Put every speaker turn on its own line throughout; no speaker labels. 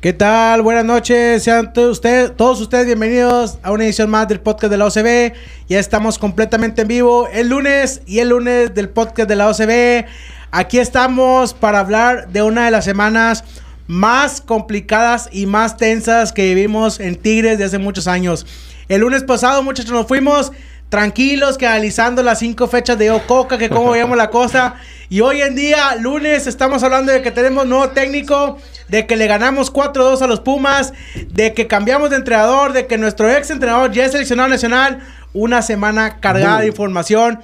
¿Qué tal? Buenas noches, sean todos ustedes, todos ustedes bienvenidos a una edición más del podcast de la OCB. Ya estamos completamente en vivo el lunes y el lunes del podcast de la OCB. Aquí estamos para hablar de una de las semanas más complicadas y más tensas que vivimos en Tigres desde hace muchos años. El lunes pasado, muchachos, nos fuimos tranquilos, que analizando las cinco fechas de Ococa, que cómo veíamos la cosa. Y hoy en día, lunes, estamos hablando de que tenemos nuevo técnico, de que le ganamos 4-2 a los Pumas, de que cambiamos de entrenador, de que nuestro ex entrenador ya es seleccionado nacional. Una semana cargada de información.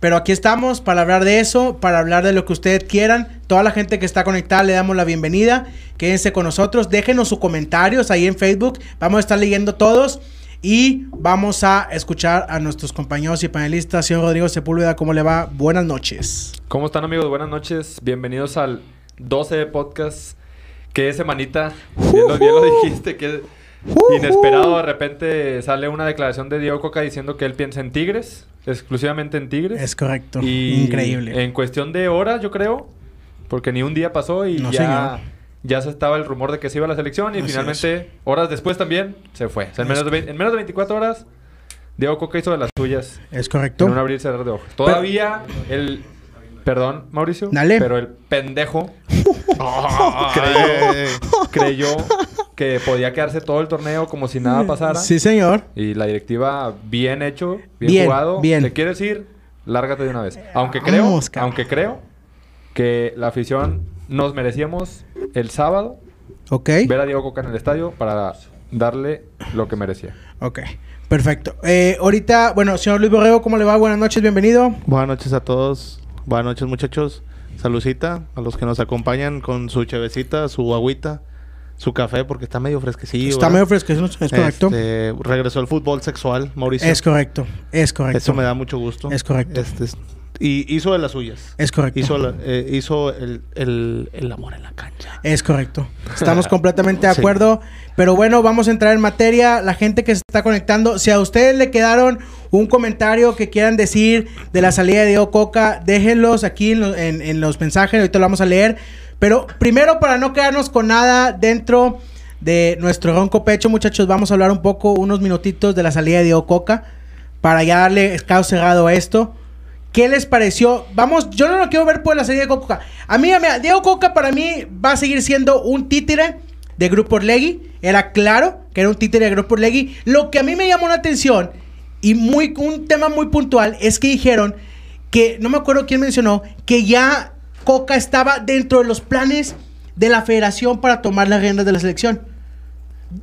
Pero aquí estamos para hablar de eso, para hablar de lo que ustedes quieran. Toda la gente que está conectada le damos la bienvenida. Quédense con nosotros, déjenos sus comentarios ahí en Facebook. Vamos a estar leyendo todos. Y vamos a escuchar a nuestros compañeros y panelistas. Señor Rodrigo Sepúlveda, ¿cómo le va? Buenas noches.
¿Cómo están amigos? Buenas noches. Bienvenidos al 12 de podcast. Qué semanita. Bien, lo- bien lo dijiste. Que inesperado de repente sale una declaración de Diego Coca diciendo que él piensa en Tigres. Exclusivamente en Tigres.
Es correcto.
Y
Increíble.
En cuestión de horas, yo creo. Porque ni un día pasó y
No,
ya,
señor.
ya se estaba el rumor de que se iba a la selección. Y
Así
finalmente, horas después también, se fue. O sea, en, menos de vein- en menos de 24 horas, Diego Coca hizo de las suyas.
Es
En
correcto.
un abrir y cerrar de ojos. Todavía el... Perdón, Mauricio.
Dale.
Pero el pendejo creyó, creyó que podía quedarse todo el torneo como si nada pasara.
Sí, señor.
Y la directiva, bien hecho, bien,
Bien,
jugado.
bien.
Te quieres ir, lárgate de una vez. Aunque creo,
Vamos, cabrón.
aunque creo que la afición nos merecíamos el sábado
Ok.
ver a Diego Coca en el estadio para darle lo que merecía.
Ok. Perfecto. Eh, ahorita, bueno, señor Luis Borrego, ¿cómo le va? Buenas noches, bienvenido.
Buenas noches a todos. Buenas noches, muchachos. Salucita a los que nos acompañan con su chevecita, su agüita, su café, porque está medio fresquecillo.
Está medio
¿verdad?
fresco, es es correcto.
Este, regresó el fútbol sexual, Mauricio.
Es correcto. Es correcto.
Eso me da mucho gusto.
Es correcto.
Este, es- y hizo de las suyas.
Es correcto.
Hizo, la- eh, hizo el, el- el amor en la cancha.
Es correcto. Estamos completamente de
Sí.
acuerdo. Pero bueno, vamos a entrar en materia. La gente que se está conectando, si a ustedes le quedaron un comentario que quieran decir de la salida de Diego Coca, déjenlos aquí en, lo- en- en los mensajes. Ahorita lo vamos a leer. Pero primero, para no quedarnos con nada dentro de nuestro ronco pecho, muchachos, vamos a hablar un poco, unos minutitos de la salida de Diego Coca. Para ya darle caos cerrado a esto. ¿Qué les pareció? Vamos, yo no lo quiero ver por la serie de Coca. A mí, mira, Diego Coca para mí va a seguir siendo un títere de Grupo Orlegui. Era claro que era un títere de Grupo Orlegui. Lo que a mí me llamó la atención y muy, un tema muy puntual es que dijeron que, no me acuerdo quién mencionó, que ya Coca estaba dentro de los planes de la federación para tomar las riendas de la selección.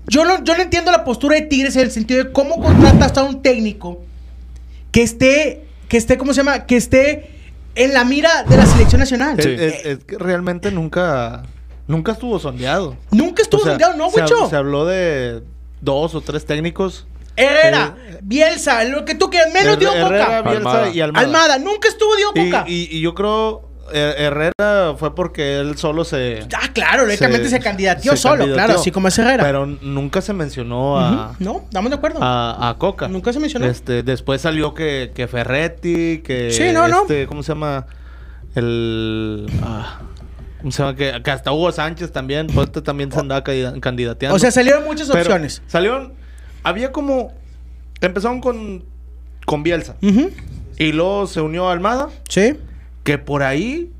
Yo no, yo no entiendo la postura de Tigres en el sentido de cómo contratas a un técnico que esté, que esté, ¿cómo se llama? Que esté en la mira de la selección nacional.
Es,
Sí.
es- Eh, es que realmente nunca, nunca estuvo sondeado.
Nunca estuvo
O sea,
sondeado, ¿no,
se hab-
Wicho?
Se habló de dos o tres técnicos.
Herrera,
eh,
Bielsa, lo que tú quieras, menos Diego
Herrera,
Coca.
Bielsa
Almada.
y Almada.
Almada, nunca estuvo Diego
Y,
Coca.
y- y yo creo eh, Herrera fue porque él solo se.
ah, claro, lógicamente se, candidateó
se
solo, claro,
candidateó.
así como es Herrera.
Pero ah, nunca se mencionó a,
Ujú, No, estamos de acuerdo.
a, a Coca.
Nunca se mencionó.
Este, después salió que, que Ferretti, que.
Sí, no, no.
este, ¿Cómo se llama? El. ah, ¿Cómo se llama? Que, que hasta Hugo Sánchez también. pues, este también se andaba candida- candidateando.
o sea, salieron muchas
Pero
opciones.
Salieron. Había como. Empezaron con. Con Bielsa.
Ujú,
Y luego se unió a Almada.
Sí,
que por ahí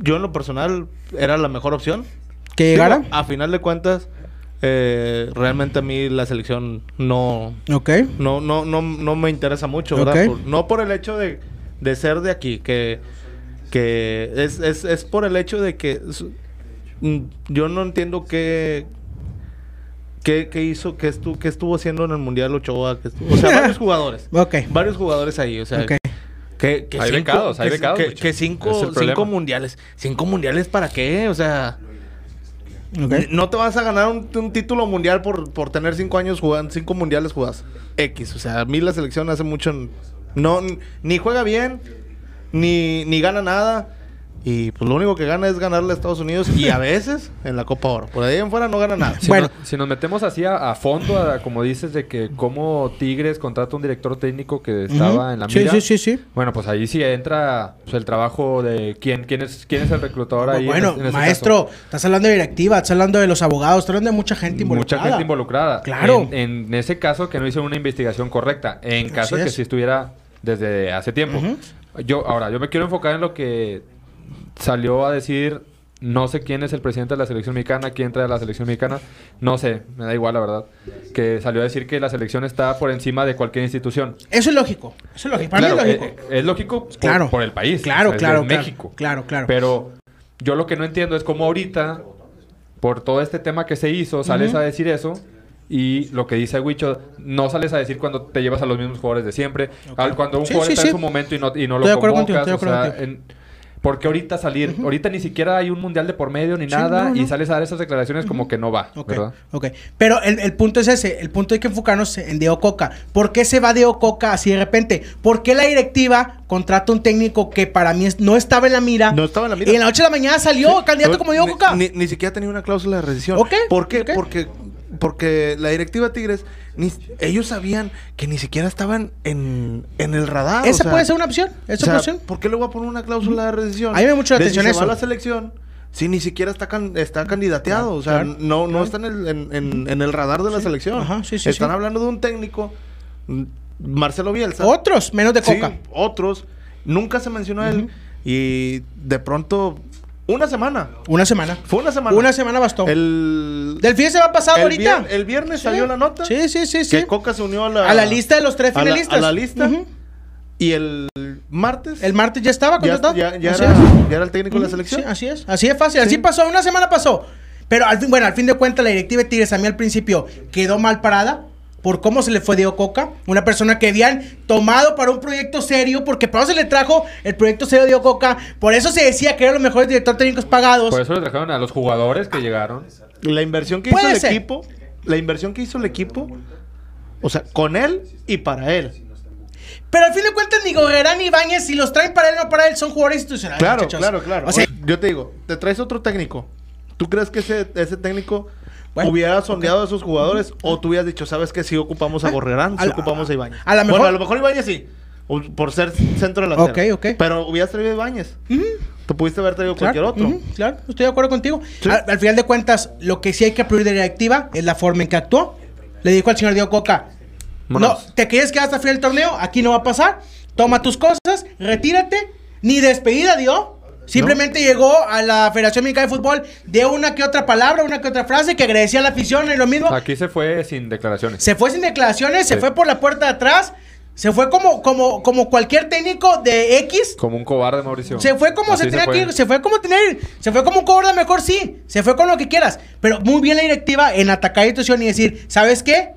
yo en lo personal era la mejor opción.
que llegara.
Digo, ah, a final de cuentas, eh, realmente a mí la selección no,
ok.
no, no, no, no me interesa mucho,
Ok.
¿verdad? Por- no por el hecho de, de ser de aquí, que, que es, es, es por el hecho de que su- mm, yo no entiendo qué, qué, qué hizo, qué, estu- qué estuvo haciendo en el Mundial Ochoa, qué estuvo- o sea, varios jugadores.
Ok.
Varios jugadores ahí, o sea,
Ok.
que, que
Hay
cinco,
becados, hay
que-
becados,
que-
Lucho.
que
Es el
cinco,
problema.
cinco mundiales. ¿Cinco mundiales para qué? O sea,
ok.
no te vas a ganar un, un título mundial por, por tener cinco años jugando, cinco mundiales jugadas. X, o sea, a mí la selección hace mucho... n- No, n- ni juega bien, ni, ni gana nada. Y pues lo único que gana es ganarle a Estados Unidos y a veces en la Copa Oro. Por ahí en fuera no gana nada.
Si
Bueno.
no- si nos metemos así a, a fondo, a- como dices, de que cómo Tigres contrata un director técnico que estaba
Ujú.
en la
Sí,
mira.
sí, sí, sí.
Bueno, pues ahí sí entra pues, el trabajo de quién, quién es, quién es el reclutador ahí. en
bueno,
es- en ese
maestro,
caso.
estás hablando de directiva, estás hablando de los abogados, estás hablando de mucha gente involucrada.
Mucha gente involucrada.
Claro.
En, en ese caso que no hizo una investigación correcta. En
Así
caso de que
es.
sí estuviera desde hace tiempo. Yo, ahora, yo me quiero enfocar en lo que salió a decir. No sé quién es el presidente de la selección mexicana, quién trae a la selección mexicana. No sé, me da igual la verdad. Que salió a decir que la selección está por encima de cualquier institución.
Eso es lógico. Eso es lógico. Para
Claro,
mí es lógico.
eh, Es, lógico por,
Claro.
por el país.
Claro,
o sea, es
claro,
de
claro,
México.
claro, claro.
Pero yo lo que no entiendo es cómo ahorita, por todo este tema que se hizo, sales a decir eso. Y lo que dice Huicho, no sales a decir cuando te llevas a los mismos jugadores de siempre. al- Cuando un
Sí,
jugador
sí,
está
sí.
en su momento y no, y no
Estoy de
lo
acuerdo
convocas.
contigo, estoy de
o
acuerdo
sea,
contigo.
en- ¿Por qué ahorita salir? Ahorita ni siquiera hay un mundial de por medio ni
Sí,
nada.
no,
Y
no.
sales a dar esas declaraciones como que no va,
Ok,
¿verdad?
ok. Pero el, el punto es ese, el punto hay que enfocarnos en Diego Coca. ¿Por qué se va Diego Coca así de repente? ¿Por qué la directiva contrata un técnico que para mí es- no estaba en la mira?
No estaba en la mira.
Y en la noche de la mañana salió candidato como Diego
ni,
Coca.
Ni, ni siquiera tenía una cláusula de rescisión.
Ok,
¿Por qué?
ok.
Porque, porque la directiva Tigres, ni, ellos sabían que ni siquiera estaban en, en el radar. o
Esa
sea,
puede ser una opción,
o
es
sea,
una opción.
¿Por qué le voy a poner una cláusula de rescisión?
A mí me llama mucho la
De
atención
si se
eso.
va a la selección, si ni siquiera está, can- está candidateado. o sea,
Claro,
no, no está en el, en, en- en el radar de la selección.
ajá, sí, sí,
Están
sí.
hablando de un técnico, mm, Marcelo Bielsa.
Otros, menos de
Sí,
Coca.
otros. Nunca se mencionó a él. Y de pronto, una semana.
Una semana.
Fue una semana.
Una semana bastó.
El.
Del fin se va pasado
el
ahorita.
vier- el viernes
Sí.
salió la nota.
Sí, sí, sí,
Que
sí.
Coca se unió a la.
A la lista de los tres
a la-
finalistas.
a la lista.
Ujú.
Y el martes.
El martes ya estaba
ya,
contratado.
ya- ya
Así
era,
es.
ya era el técnico de la
Ujú,
selección.
sí, así es, así es fácil, así
Sí.
pasó, una semana pasó. Pero al fin, bueno, al fin de cuentas la directiva de Tigres a mí al principio quedó mal parada por cómo se le fue Diego Coca, una persona que habían tomado para un proyecto serio, porque para eso se le trajo el proyecto serio de Diego Coca, por eso se decía que eran los mejores directores técnicos pagados.
Por eso le trajeron a los jugadores que llegaron.
La inversión que
Puede
hizo el
ser.
equipo. La inversión que hizo el equipo. O sea, con él y para él.
Pero al fin de cuentas ni Gorrerán ni Ibáñez, si los traen para él o no para él, son jugadores institucionales.
Claro,
muchachos.
claro, claro.
Ah, O sea,
yo te digo, te traes otro técnico. ¿Tú crees que ese, ese técnico
Bueno,
hubiera sondeado a esos jugadores o tú hubieras dicho, sabes que si ocupamos a
Bueno,
Gorrerán,
Ah, a
si
la-
ocupamos a Ibañez?
a la mejor-
Bueno, a lo mejor Ibañez sí, o- por ser centro delantero.
Ok, ok.
Pero hubieras traído a Ibañez. Tú pudiste haber traído cualquier otro.
ujú, claro, estoy de acuerdo contigo.
Sí.
Al, al final de cuentas, lo que sí hay que aplaudir de la directiva es la forma en que actuó. Le dijo al señor Diego Coca, no,
Vámonos.
¿te quieres quedar hasta el final del torneo? Aquí no va a pasar. Toma tus cosas, retírate. Ni despedida dio. Simplemente llegó a la Federación Mexicana de Fútbol, dio una que otra palabra, una que otra frase, que agradecía a la afición y lo mismo.
Aquí se fue sin declaraciones.
Se fue sin declaraciones, se
Sí.
fue por la puerta de atrás, se fue como, como, como cualquier técnico de X.
Como un cobarde, Mauricio.
Se fue como
Así
se tenía
fue.
que ir, se fue como tenía que ir, se fue como un cobarde, mejor sí, se fue con lo que quieras. Pero muy bien la directiva en atacar la institución y decir, ¿sabes qué?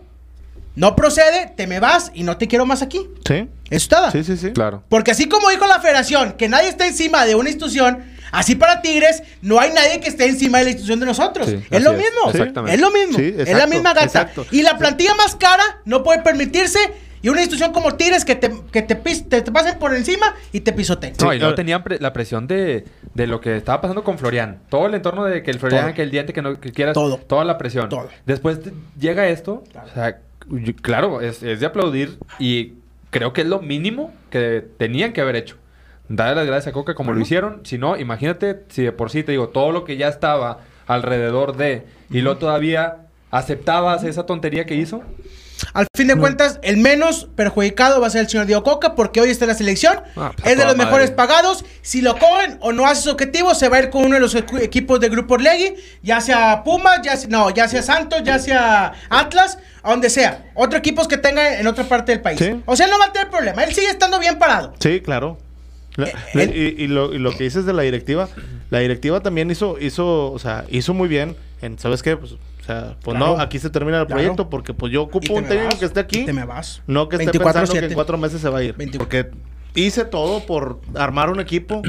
No procede, te me vas y no te quiero más aquí.
Sí,
Eso está.
sí, sí. sí.
Claro.
Porque así como dijo la federación, que nadie está encima de una institución, así para Tigres no hay nadie que esté encima de la institución de nosotros.
Sí,
es
así
lo
es,
mismo.
exactamente.
Es lo mismo.
Sí,
es la
exacto,
misma gata.
exacto.
Y la plantilla más cara no puede permitirse y una institución como Tigres que te, que te, pis- te- te pasen por encima y te pisoteen.
No, y no
ahora-
tenían pre- la presión de, de lo que estaba pasando con Florian. Todo el entorno de que el Florian,
Todo.
que el diente, que, no, que quieras.
Todo.
Toda la presión.
Todo.
Después te- llega esto. O sea, yo- claro, es, es de aplaudir y creo que es lo mínimo que tenían que haber hecho. Darle las gracias a Coca como lo hicieron. Si no, imagínate si de por sí te digo todo lo que ya estaba alrededor de y lo todavía aceptabas esa tontería que hizo.
Al fin de cuentas, el menos perjudicado va a ser el señor Diego Coca porque hoy está en la selección.
Ah, pues, a
es de
toda
los
madre.
mejores pagados. Si lo cogen o no hace su objetivo, se va a ir con uno de los ecu- equipos de Grupo Orlegui, ya sea Pumas, ya sea, no, ya sea Santos, ya sea Atlas, a donde sea. Otro equipo que tenga en otra parte del país.
Sí.
O sea, no va a tener problema. Él sigue estando bien parado.
Sí, claro.
Eh,
La- la- y, y lo, y lo que dices de la directiva, la directiva también hizo, hizo, o sea, hizo muy bien. En, ¿Sabes qué? Pues, o sea, pues
Claro.
no, aquí se termina el
Claro.
proyecto porque pues yo
Y
ocupo
te
un
me
técnico
vas,
que esté
y
aquí.
te me vas.
No que esté
24/7.
pensando que en cuatro meses se va a ir.
24.
Porque hice todo por armar un equipo,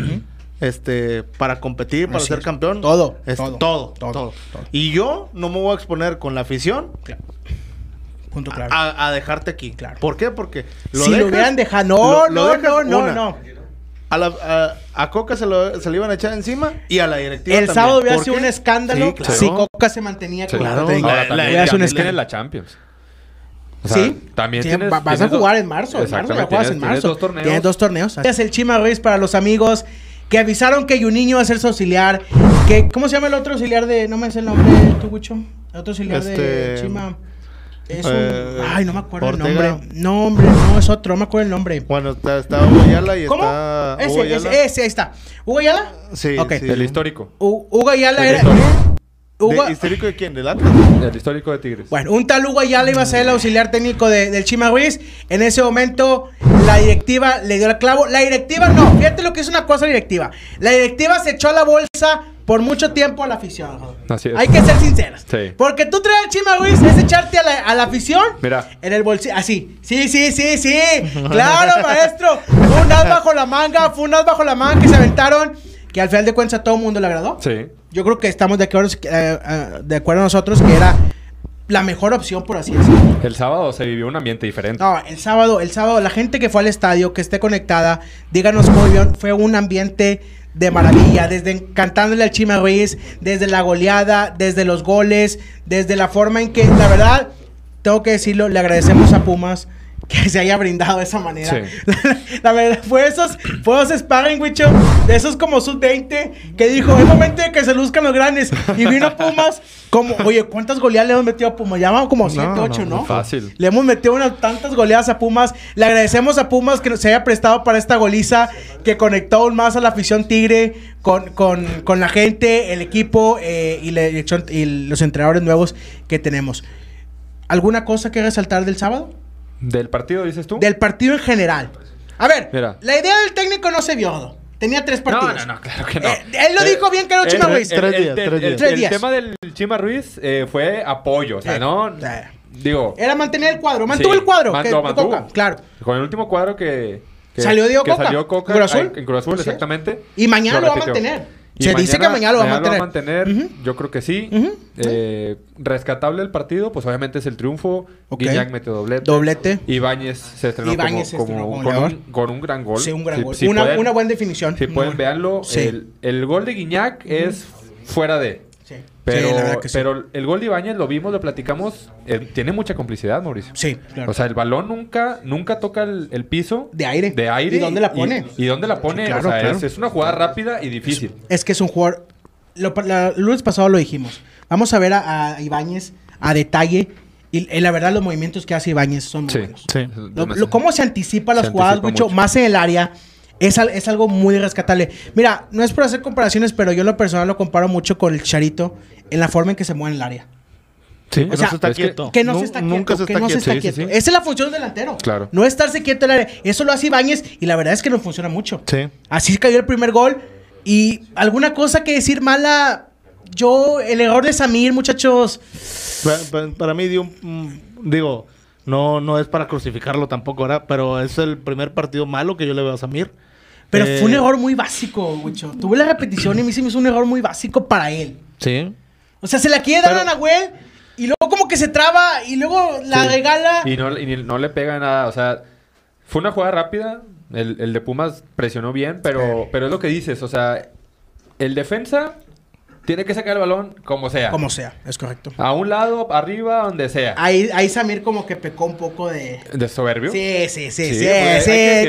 este, para competir, para
Así
ser
es.
campeón.
Todo,
Este,
todo,
todo, todo,
todo, todo.
Y yo no me voy a exponer con la afición
Claro. Punto claro.
a, a dejarte aquí.
Claro.
¿Por qué? Porque
si lo
Ah, dejas-
hubieran dejado. No,
lo- lo
no,
dejas,
no, no,
una,
no.
A, la, a, a Coca se lo, se lo iban a echar encima y a la directiva.
El
también.
sábado hubiera
¿Por
sido
qué?
un escándalo
Sí, claro.
si Coca se mantenía
Sí,
con
claro.
Tenga.
La-
Ahora,
la-
también,
ya es un
también
escándalo.
tienes la Champions. O sea,
Sí.
También
Tien-
tienes-
va- vas
tienes
a
dos-
jugar en marzo. En marzo
Exactamente,
la juegas
tienes-
en marzo.
Tienes dos torneos.
Tienes dos torneos. Gracias el Chima Ruiz para los amigos que avisaron que Juninho va a ser su auxiliar. Que, ¿Cómo se llama el otro auxiliar de.? No me sé el nombre tu Gucho. El otro auxiliar de
Este,
Chima. Es un.
eh,
ay, no me acuerdo el
Ortega.
nombre. No, hombre, no, es otro. No me acuerdo el nombre.
Bueno, está, está Hugo Ayala y
¿Cómo?
está. Hugo
Ese,
Ayala.
ese, ese, ahí está. ¿Hugo Ayala?
Sí,
Ok.
sí.
El histórico.
U- Hugo Ayala
El
era.
histórico.
Hugo,
¿De, ¿Histérico de quién? ¿Del Atlas?
El histórico de Tigres.
Bueno, un tal Hugo Ayala iba a ser el auxiliar técnico de- del Chima Ruiz. En ese momento, la directiva le dio el clavo. La directiva no, fíjate lo que es una cosa la directiva. La directiva se echó a la bolsa por mucho tiempo a la afición. Raúl.
Así es.
Hay que ser sinceros.
Sí.
Porque tú traes al Chima Ruiz es echarte a la, a la afición
Mira.
en el bolsillo. Así. Sí, sí, sí, sí. Claro, maestro. Fue un as bajo la manga, fue un as bajo la manga que se aventaron. Que al final de cuentas a todo el mundo le agradó.
Sí.
Yo creo que estamos de acuerdo, eh, eh, de acuerdo nosotros que era la mejor opción, por así decirlo.
El sábado se vivió un ambiente diferente.
No, el sábado, el sábado, la gente que fue al estadio, que esté conectada, díganos cómo vivieron. Fue un ambiente de maravilla, desde cantándole al Chima Ruiz, desde la goleada, desde los goles, desde la forma en que, la verdad, tengo que decirlo, le agradecemos a Pumas que se haya brindado de esa manera.
Sí.
La, verdad, fue esos, fue esos sparring, güicho, de esos como sub-20, que dijo, es momento de que se luzcan los grandes. Y vino Pumas, como, oye, ¿cuántas goleadas le hemos metido a Pumas? Ya van como 7, 8, ¿no?
muy fácil.
Le hemos metido unas tantas goleadas a Pumas. Le agradecemos a Pumas que se haya prestado para esta goliza que conectó aún más a la afición tigre con, con, con la gente, el equipo eh, y, la dirección- y los entrenadores nuevos que tenemos. ¿Alguna cosa que resaltar del sábado?
¿Del partido dices tú?
Del partido en general. A ver,
Mira.
la idea del técnico no se vio. ¿no? Tenía tres
No,
partidos.
no, no, claro que no.
Eh, él lo dijo bien claro, Chima
el-
Ruiz.
el-
Tres
el-
días,
el-
tres
el-
días.
Tres
El
días.
tema del Chima Ruiz eh, fue apoyo. O sea,
Sí.
no.
Sí.
Digo.
Era mantener el cuadro. Mantuvo
Sí,
el cuadro.
man-
que-
lo
que
mantuvo.
Coca, claro.
Con el último cuadro que. que-
Salió Diego
que
Coca.
Salió Coca.
Cruz Azul.
ah, En Cruz Azul,
Así es.
exactamente.
Y mañana lo va a
repitió.
mantener. Se dice que mañana lo va a mantener. Ujú.
Yo creo que sí.
Ujú.
Eh, rescatable el partido, pues obviamente es el triunfo.
Ok.
Guiñac mete doblete.
Doblete.
Ibáñez se estrenó,
Ibáñez
como,
se estrenó
como-
como
con,
goleador.
un, con un gran gol.
Sí, un gran
Si-
gol.
si
una,
pueden-
una buena definición.
Si
Muy
pueden,
buena.
véanlo.
Sí.
El, el gol de Guiñac es fuera de.
Sí.
Pero,
Sí, la verdad que sí.
pero el gol de Ibáñez lo vimos, lo platicamos. eh, tiene mucha complicidad, Mauricio.
Sí, claro.
O sea, el balón nunca, nunca toca el, el piso.
De aire.
De aire.
¿Y dónde la pone?
Y, y dónde la pone.
Sí, claro,
o sea,
claro.
es, es una jugada rápida y difícil.
es que es un jugador. Lo, la- el lunes pasado lo dijimos. Vamos a ver a, a Ibáñez a detalle. Y, y la verdad, los movimientos que hace Ibáñez son muy buenos.
Sí.
Lo- lo- cómo se anticipa las
Se
jugadas,
anticipa
mucho,
mucho.
más en el área, es, al- es algo muy rescatable. Mira, no es por hacer comparaciones, pero yo en lo personal lo comparo mucho con el Charito en la forma en que se mueve en el área.
Sí.
O sea,
está
es que-
quieto.
Que no,
Nu-
se está quieto.
Nunca se
que
está
no
quieto.
se está
Sí, sí,
quieto.
sí.
Esa es la función del delantero.
Claro.
No estarse quieto en el área. Eso lo hace Ibáñez y la verdad es que nos funciona mucho.
Sí.
Así cayó el primer gol. Y alguna cosa que decir mala. Yo, el error de Samir, muchachos.
Pa- pa- Para, mí dio un- un- Digo, no, no es para crucificarlo tampoco ahora, pero es el primer partido malo que yo le veo a Samir.
Pero
Eh,
fue un error muy básico, mucho. Tuve la repetición y a mí se me hizo un error muy básico para él.
Sí.
O sea, se la quiere dar
Pero-
a Nahuel y luego como que se traba y luego la
Sí.
regala.
Y no, y ni- no le pega nada. O sea, fue una jugada rápida. El, el de Pumas presionó bien, pero, pero es lo que dices. O sea, el defensa tiene que sacar el balón como sea.
Como sea, es correcto.
A un lado, arriba, donde sea.
Ahí, ahí Samir como que pecó un poco de...
¿De soberbio?
Sí, sí, sí, sí, sí,
pues, hay
hay, que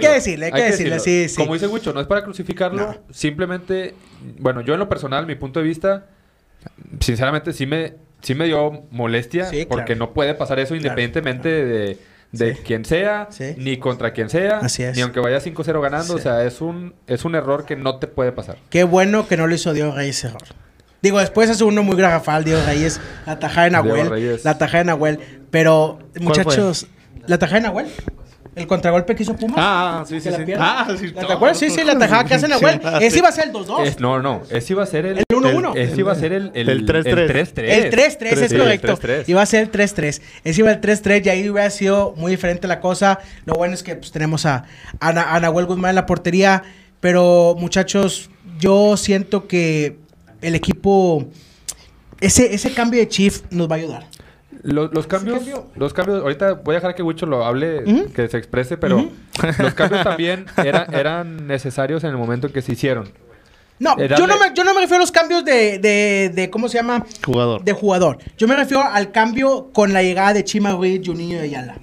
decirlo,
decirle, hay que decirlo, sí, sí.
Como dice Wicho, no es para crucificarlo.
No.
Simplemente, bueno, yo en lo personal, mi punto de vista, sinceramente sí me, sí me dio molestia.
Sí, claro.
Porque no puede pasar eso independientemente de, de
Sí.
quien sea,
Sí.
ni contra quien sea,
Así es.
ni aunque vaya 5-0 ganando. O
Sí.
sea, es un, es un error que no te puede pasar.
Qué bueno que no lo hizo Diego Reyes error. Digo, después hace uno muy garrafal, Diego Reyes, la tajada de
Diego
Nahuel,
Reyes.
la tajada de Nahuel. Pero, muchachos, la tajada de Nahuel, el contragolpe que hizo Pumas.
Ah, sí,
que
sí,
la
sí.
pierde.
Ah, sí,
¿La
no,
¿Te acuerdas? Sí,
no,
sí,
no,
la tajada que hace
no,
Nahuel.
sí,
Ese iba a ser el 2-2.
Es- no, no, ese iba a ser el...
El 1-1.
Ese iba a ser el...
El 3-3.
El 3-3 es
Sí, el
correcto.
3-3.
Iba a ser el 3-3. Encima el 3-3 y ahí hubiera sido muy diferente la cosa. Lo bueno es que pues, tenemos a, a, Na- a Nahuel Guzmán en la portería. Pero muchachos, yo siento que el equipo, ese, ese cambio de chief nos va a ayudar.
Lo- los cambios,
cambio.
los cambios, ahorita voy a dejar que Wicho lo hable,
Ujú.
que se exprese, pero
Ujú.
Los cambios también era- eran necesarios en el momento en que se hicieron.
No,
Eh,
yo no,
dale.
me, yo no me refiero a los cambios de, de, de- ¿cómo se llama?
Jugador.
De jugador. Yo me refiero al cambio con la llegada de Chima Ruiz, Juninho y Ayala.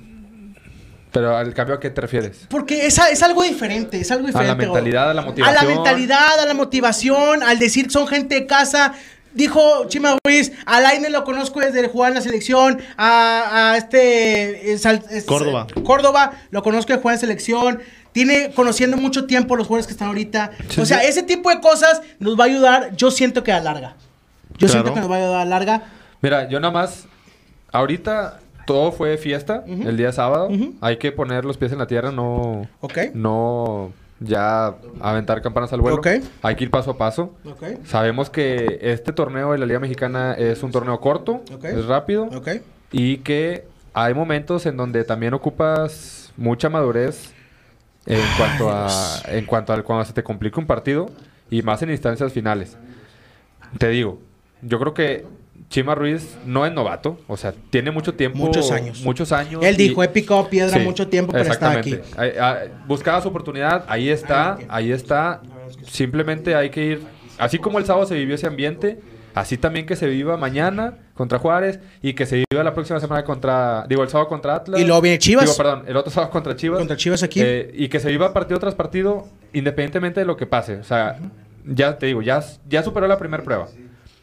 Pero al cambio a qué te refieres?
Porque es, a- es algo diferente, es algo
A
diferente.
la
bro.
mentalidad, a la
A
motivación.
la mentalidad, a la motivación, al decir son gente de casa. Dijo Chima Ruiz, a Laine lo conozco desde jugar en la selección, a, a este... eh, Sal- es-
Córdoba.
Córdoba, lo conozco de jugar en selección. Tiene conociendo mucho tiempo los jugadores que están ahorita.
Sí,
o sea,
sí.
ese tipo de cosas nos va a ayudar, yo siento que a la larga. Yo siento
Claro.
que nos va a ayudar a la larga.
Mira, yo nada más, ahorita todo fue fiesta el día sábado.
Ujú.
Hay que poner los pies en la tierra, no,
Ok.
no ya aventar campanas al vuelo.
Ok.
Hay que ir paso a paso.
Ok.
Sabemos que este torneo de la Liga Mexicana es un torneo corto,
Ok.
es rápido
Ok.
y que hay momentos en donde también ocupas mucha madurez en cuanto a en cuanto al cuando se te complica un partido y más en instancias finales. Te digo, yo creo que Chima Ruiz no es novato, o sea, tiene mucho tiempo,
Muchos años.
muchos años.
Él dijo,
y-
he picado piedra
Sí,
mucho tiempo para estar aquí.
exactamente. Ay, ah, Buscaba su oportunidad, ahí está, ahí está. Simplemente hay que ir. Así como el sábado se vivió ese ambiente, así también que se viva mañana contra Juárez y que se viva la próxima semana contra. Digo, el sábado contra Atlas.
Y luego viene Chivas.
Digo, perdón, el otro sábado contra Chivas.
Contra Chivas aquí.
Eh, y que se viva partido tras partido, independientemente de lo que pase. O sea, ya te digo, ya, ya superó la primera prueba.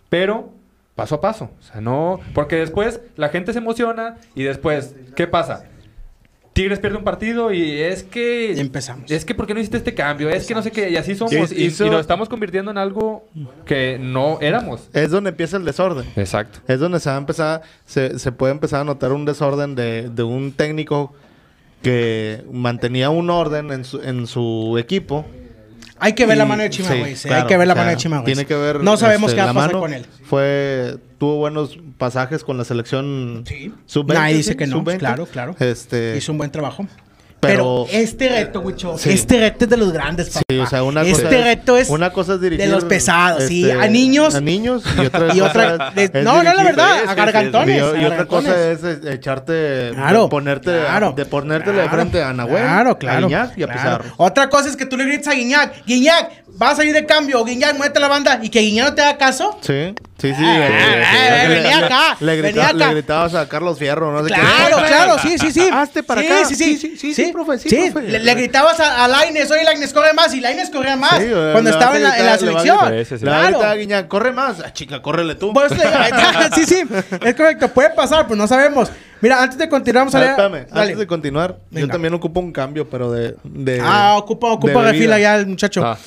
Pero paso a paso. O sea, no. Porque después la gente se emociona y después, ¿qué pasa? Tigres pierde un partido y es que.
Y empezamos.
Es que, ¿por qué no hiciste este cambio? Es que no sé qué. Y así somos.
Sí,
Y,
hizo-
y nos estamos convirtiendo en algo que no éramos.
Es donde empieza el desorden.
Exacto.
Es donde se va a empezar, se, se puede empezar a notar un desorden de, de un técnico que mantenía un orden en su, en su equipo.
Hay que ver
Y-
la mano de Chima
sí,
Ruiz, eh,
claro,
hay que ver la
o sea,
mano de Chima Ruiz.
Tiene que ver.
No sabemos
este,
qué va a
la
pasar
mano.
con él.
Fue, tuvo buenos pasajes con la selección.
Sí.
sub-veinte,
Nadie dice
sí,
que no,
sub-veinte.
claro, claro.
Este,
Hizo un buen trabajo. Pero,
Pero-
este reto, Wicho,
Sí.
este reto es de los grandes, papá.
sí, o sea, una
este
cosa
reto es
una cosa es dirigir,
de los pesados, sí,
este,
a niños.
a niños y otra
y otra,
cosa
de-
es
no, no, la
dirigir-
verdad,
es
a
que-
gargantones. a
Y, y otra
gargantones.
cosa es eh, echarte,
Claro,
de ponerte,
claro,
de ponértele de
claro,
frente a Nahuel,
claro, claro,
a Iñak y a
claro. Oh.
Pizarro.
Otra cosa es que tú le grites a Guiñac, Guiñac, vas a ir de cambio, Guiñac, muévete la banda, y que Guiñac no te haga caso.
Sí, sí, sí.
Ah,
eh,
eh,
sí,
eh, venía
le-
acá,
Le, grita-
venía acá.
le gritabas a Carlos Fierro, no sé qué.
Claro,
Ven,
claro, sí,
ven,
sí, sí.
Hazte para
Sí,
acá.
Sí, sí,
sí, profe, sí, profe.
Le, le gritabas a, a Lainez, oye, Lainez corre más, y Lainez corría más
Sí, o-
cuando
le
estaba
vas a
en la, en la
gritar, le vas a
selección.
gritar, sí, sí.
Le va a gritar a
Claro.
Guiñac, corre más. Ah, chica, córrele tú.
Por eso le digo, sí, sí, es correcto, puede pasar, pues no sabemos. Mira, antes de continuar, vamos a
Ah,
leer.
espérame,
Dale.
antes de continuar, yo
Venga.
también ocupo un cambio, pero de. de-
Ah, ocupa, ocupa
de
refila
bebida.
ya el muchacho.
Ah.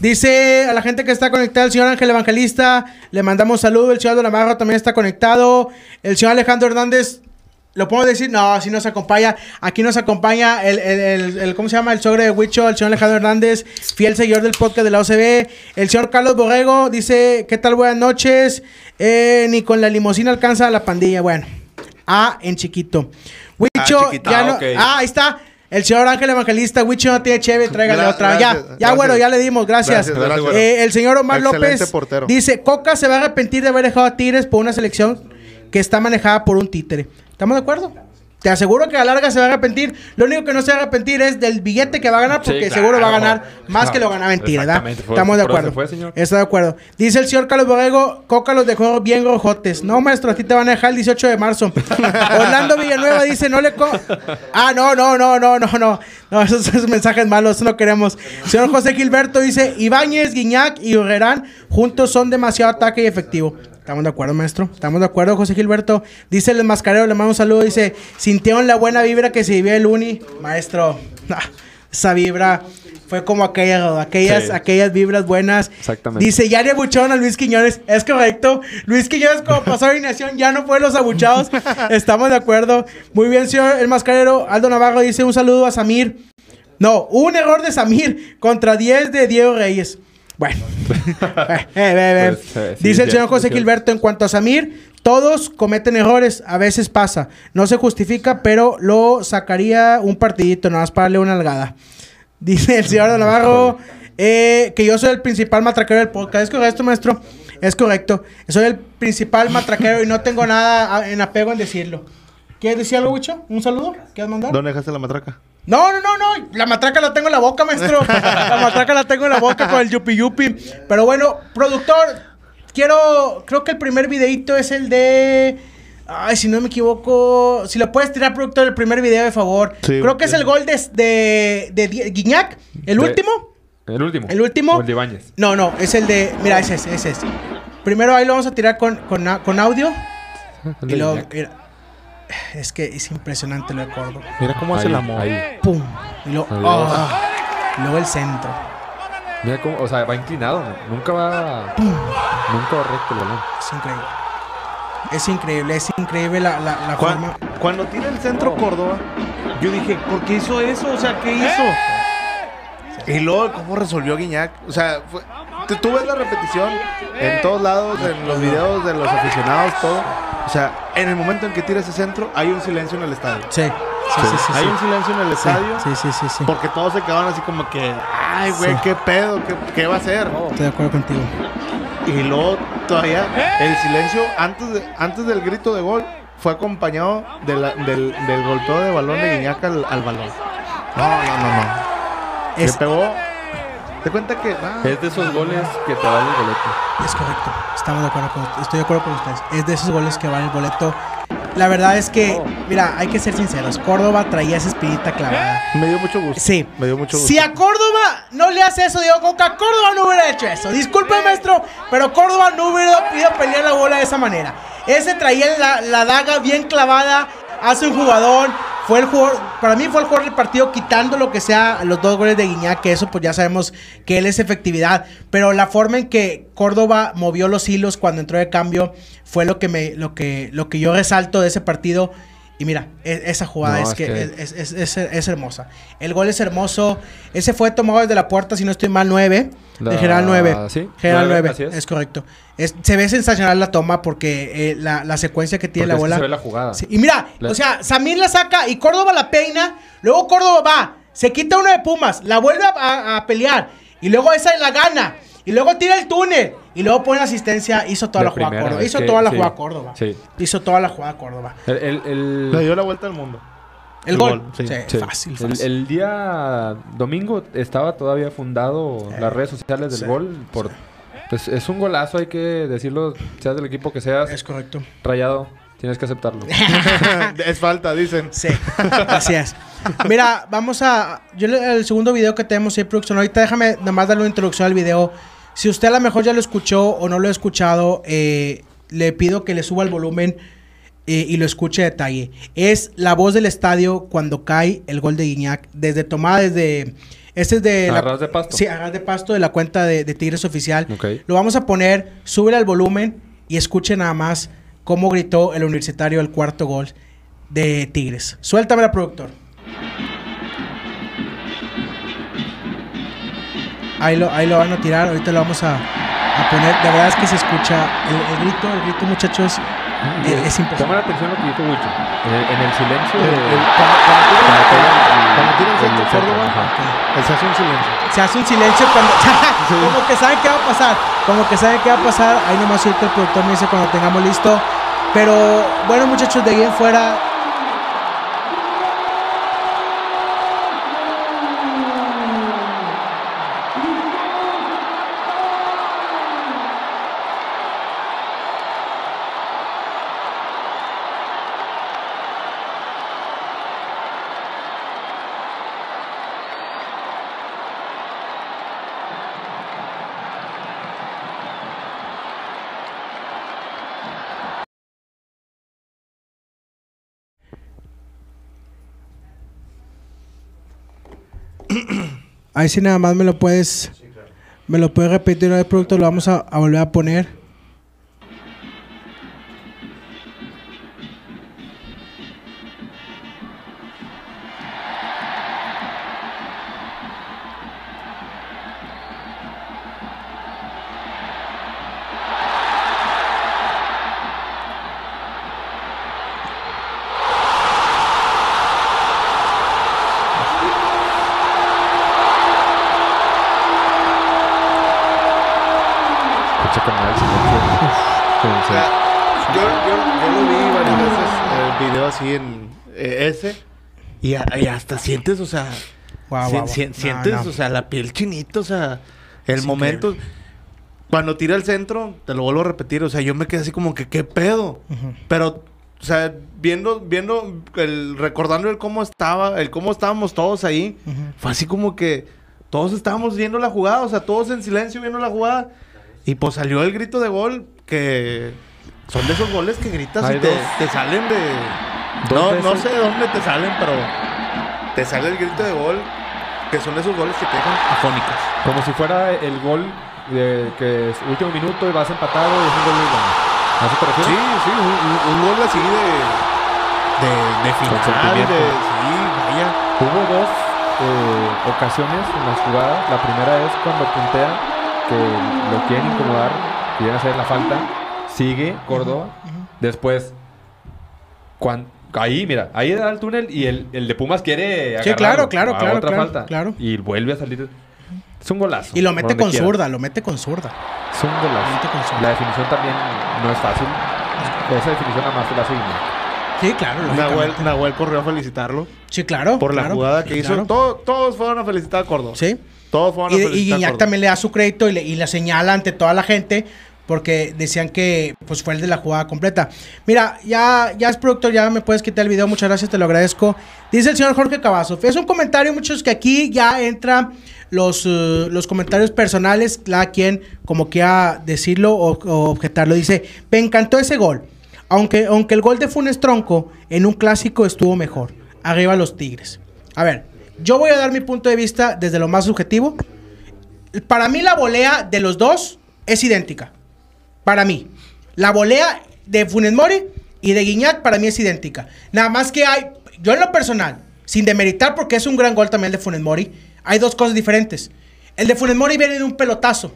Dice a la gente que está conectada, el señor Ángel Evangelista, le mandamos saludo, el señor de la Marra también está conectado, el señor Alejandro Hernández, ¿lo puedo decir? No, así nos acompaña, aquí nos acompaña el, el- el- el- ¿cómo se llama? El sogre de Huicho, el señor Alejandro Hernández, fiel seguidor del podcast de la OCB, el señor Carlos Borrego, dice, ¿qué tal? Buenas noches, Eh, ni con la limusina alcanza a la pandilla, bueno, ah, en chiquito. Huicho,
chiquito,
ya
ah,
no-
ok.
ah, ahí está. El señor Ángel Evangelista, Huicho no tiene cheve, tráigale
Gra-
otra.
gracias,
ya, ya,
gracias.
bueno, ya le dimos, gracias.
Gracias, gracias,
Eh,
güero.
el señor Omar
Excelente
López
portero.
dice, Coca se va a arrepentir de haber dejado a Tigres por una selección que está manejada por un títere. ¿Estamos de acuerdo? Te aseguro que a la larga se va a arrepentir. Lo único que no se va a arrepentir es del billete que va a ganar,
Sí,
porque
claro.
seguro va a ganar más
Claro.
que lo ganaba en Tigres, ¿verdad?
Exactamente, fue-
Estamos de
por eso
acuerdo.
fue, señor.
Está de acuerdo. Dice el señor Carlos Borrego, Coca los dejó bien rojotes. No, maestro, a ti te van a dejar el 18 de marzo. Orlando Villanueva dice, no le... co- ah, no, no, no, no, no, no. No, esos, esos mensajes malos, eso no queremos. Señor José Gilberto dice, Ibáñez, Guiñac y Urrerán juntos son demasiado ataque y efectivo. Estamos de acuerdo, maestro. Estamos de acuerdo, José Gilberto. Dice el mascarero, le mando un saludo. Dice, sintieron la buena vibra que se vivió el uni. Maestro, nah, esa vibra fue como aquella, aquellas,
Sí.
aquellas vibras buenas.
Exactamente.
Dice, ya le abucharon a Luis Quiñones. Es correcto. Luis Quiñones, como pasó a alineación, ya no fue los abuchados. Estamos de acuerdo. Muy bien, señor el mascarero. Aldo Navarro dice, un saludo a Samir. No, un error de Samir contra 10 de Diego Reyes. Bueno, Eh, eh, eh, eh.
Pues, eh, sí,
dice el
ya,
señor
sí,
José
sí.
Gilberto, en cuanto a Samir, todos cometen errores, a veces pasa, no se justifica, pero lo sacaría un partidito, nada más para darle una algada. Dice el señor de Navarro eh, que yo soy el principal matraquero del podcast. ¿Es correcto, maestro? Es correcto. Soy el principal matraquero y no tengo nada a- en apego en decirlo. ¿Quieres decir algo, Wicho? ¿Un saludo? ¿Quieres mandar?
¿Dónde dejaste la matraca?
No, no, no, no. La matraca la tengo en la boca, maestro. La matraca la tengo en la boca con el yupi yupi. Pero bueno, productor, quiero. Creo que el primer videito es el de. Ay, si no me equivoco. Si lo puedes tirar, productor, el primer video, de favor.
Sí,
creo que es
sí.
el gol de, de, de Di- Guiñac. ¿El
eh. De-
último?
El último.
¿El último?
O el de Ibáñez.
No, no, es el de. Mira, ese es, ese es. Primero ahí lo vamos a tirar con, con, a- con audio.
El
Y
de
luego.
Guiñac.
mira. es que es impresionante lo de Córdoba.
Mira cómo hace
Ahí,
el amor.
ahí.
¡Pum! Y luego,
Adiós.
ah, y luego el centro.
Mira cómo, o sea, va inclinado. ¿no? Nunca va. Nunca va recto el balón.
Es increíble. Es increíble, es increíble la, la, la
Cuando,
forma.
cuando tira el centro Córdoba, yo dije, ¿por qué hizo eso? O sea, ¿qué hizo? Y luego, ¿cómo resolvió Guiñac? O sea, fue- tú- tú ves la repetición en todos lados, en los videos de los aficionados, todo. O sea, en el momento en que tira ese centro, hay un silencio en el estadio.
Sí, sí, sí, sí.
hay
sí.
un silencio en el
Sí,
estadio
sí, sí, sí, sí.
porque todos se quedaron así como que, ay, güey,
Sí.
qué pedo, qué, qué va a hacer.
Estoy de acuerdo contigo.
Y luego todavía el silencio antes, de- antes del grito de gol fue acompañado de la- del, del golpeo de balón de Guiñac al, al balón. No, no, no, no.
Es,
Se pegó. Te cuenta que. ah,
Es de esos goles que te vale el boleto.
es correcto. Estamos de acuerdo con, estoy de acuerdo con ustedes. Es de esos goles que vale el boleto. La verdad es que, mira, hay que ser sinceros. Córdoba traía esa espinita clavada.
me dio mucho gusto.
Sí.
Me dio mucho gusto.
Si a Córdoba no le hace eso, Diego Coca, Córdoba no hubiera hecho eso. Disculpe, maestro, pero Córdoba no hubiera podido pelear la bola de esa manera. Ese traía la, la daga bien clavada hace un jugador. Fue el jugador, para mí fue el jugador del partido quitando lo que sea los dos goles de Guiñac, que eso pues ya sabemos que él es efectividad, pero la forma en que Córdoba movió los hilos cuando entró de cambio fue lo que me lo que lo que yo resalto de ese partido y mira, e- esa jugada
No,
es,
es
que,
que-
es- es, es- es- es hermosa. El gol es hermoso. Ese fue tomado desde la puerta, si no estoy mal, 9.
La-
De General 9.
sí,
General 9,
nueve, así
es.
es.
correcto. Es- se ve sensacional la toma porque eh, la, la secuencia que tiene
Porque es que
la bola.
se ve la jugada.
Sí, Y mira,
La-
o sea, Samir la saca y Córdoba la peina. Luego Córdoba va, se quita uno de Pumas, la vuelve a, a- a pelear. Y luego esa la gana. Y luego tira el túnel. Y luego pone asistencia. Hizo toda
De
la jugada
primera,
Córdoba.
es
Hizo
que-
toda la
sí,
jugada Córdoba.
sí.
Hizo toda la jugada Córdoba.
El, el, el-
Le dio la vuelta al mundo.
El,
El
gol.
gol, sí.
Sí,
sí.
Fácil,
El-
fácil.
El, día domingo estaba todavía fundado las redes sociales del
sí,
gol. Por, pues, es un golazo, hay que decirlo, seas del equipo que seas,
Es correcto.
rayado, tienes que aceptarlo.
es falta, dicen.
Sí, así es. Mira, vamos a. Yo le- el segundo video que tenemos ahí, producción. Ahorita déjame nomás darle una introducción al video. Si usted a lo mejor ya lo escuchó o no lo ha escuchado, eh, le pido que le suba el volumen eh, y lo escuche a detalle. Es la voz del estadio cuando cae el gol de Guiñac. Desde tomada desde. Este es de. la-
A ras de pasto.
Sí, a ras de pasto de la cuenta de, de Tigres Oficial.
Ok.
Lo vamos a poner, súbele al volumen y escuche nada más cómo gritó el universitario el cuarto gol de Tigres. Suéltame la productor. Ahí lo, ahí lo van a tirar, ahorita lo vamos a, a poner. La verdad es que se escucha el, el grito, el grito, muchachos. Es, es
Toma la
impresionante.
atención lo que dijo Wicho. En, el- en el silencio
El-
de-
el- cuando-
cuando pega el-
Cuando tira el
el
centro
centro,
Córdoba,
ajá.
se hace un silencio.
Se hace un silencio cuando. como que saben qué va a pasar. Como que saben qué va a pasar. Ahí nomás ahorita el productor me dice cuando tengamos listo. Pero bueno, muchachos, de ahí en fuera, Ahí si nada más me lo puedes. Me lo puedes repetir el producto, lo vamos a, a volver a poner.
Escucha como el silencio.
O sea, yo, yo- yo lo vi varias veces el video así en eh, ese Y, a- y hasta sientes, o sea,
Guau,
si-
guau,
si-
guau.
sientes,
No, no.
o sea, la piel chinita, o sea, el
Es
momento. Cuando tira el centro, te lo vuelvo a repetir, o sea, yo me quedé así como que, ¿qué pedo?
Ujú.
Pero, o sea, viendo, viendo, el, recordando el cómo estaba, el cómo estábamos todos ahí,
Ujú.
fue así como que todos estábamos viendo la jugada, o sea, todos en silencio viendo la jugada. Y pues salió el grito de gol, que son de esos goles que gritas y
Hay
te,
dos.
te salen de...
Dos
No,
veces.
no sé de dónde te salen, pero te sale el grito de gol, que son esos goles que te dejan afónicos.
Como si fuera el gol de que es último minuto y vas empatado y es un gol muy bueno. ¿A eso te refieres?
Sí, sí, un, un- un gol así de... De, de final,
sentimiento.
de- sí, vaya.
Hubo dos eh, ocasiones en las jugadas. La primera es cuando puntea, que lo quieren incomodar, quieren hacer la falta. Sigue Córdoba. Después, cuan- ahí, mira, ahí da el túnel y el, el de Pumas quiere
Sí, claro,
agarrarlo,
claro,
a
claro,
otra
claro,
falta.
claro.
Y vuelve a salir. Es un golazo.
Y lo mete
donde
con
quiera.
zurda, lo mete con zurda.
Es un golazo.
Mete con zurda.
La definición también no es fácil. Esa definición nada más te la hace Guiñac.
Sí, claro,
Nahuel,
lógicamente.
Nahuel corrió a felicitarlo
Sí, claro.
por la
claro,
jugada que
sí,
hizo.
claro.
Todo- todos fueron a felicitar a Córdoba.
Sí.
Todos fueron a
Y, y
felicitar a
Guiñac
Córdoba.
también le da su crédito y, le, y la señala ante toda la gente porque decían que pues fue el de la jugada completa. Mira, ya, ya es productor, ya me puedes quitar el video, muchas gracias, te lo agradezco. Dice el señor Jorge Cavazos, es un comentario muchos que aquí ya entran los, eh, los comentarios personales, cada quien como quiera decirlo o, o objetarlo. Dice, me encantó ese gol, aunque, aunque el gol de Funes Tronco en un clásico estuvo mejor, arriba los Tigres. A ver, yo voy a dar mi punto de vista desde lo más subjetivo, para mí la volea de los dos es idéntica. Para mí. La volea de Funes Mori y de Guiñac para mí es idéntica. Nada más que hay, yo en lo personal, sin demeritar porque es un gran gol también el de Funes Mori, hay dos cosas diferentes. El de Funes Mori viene de un pelotazo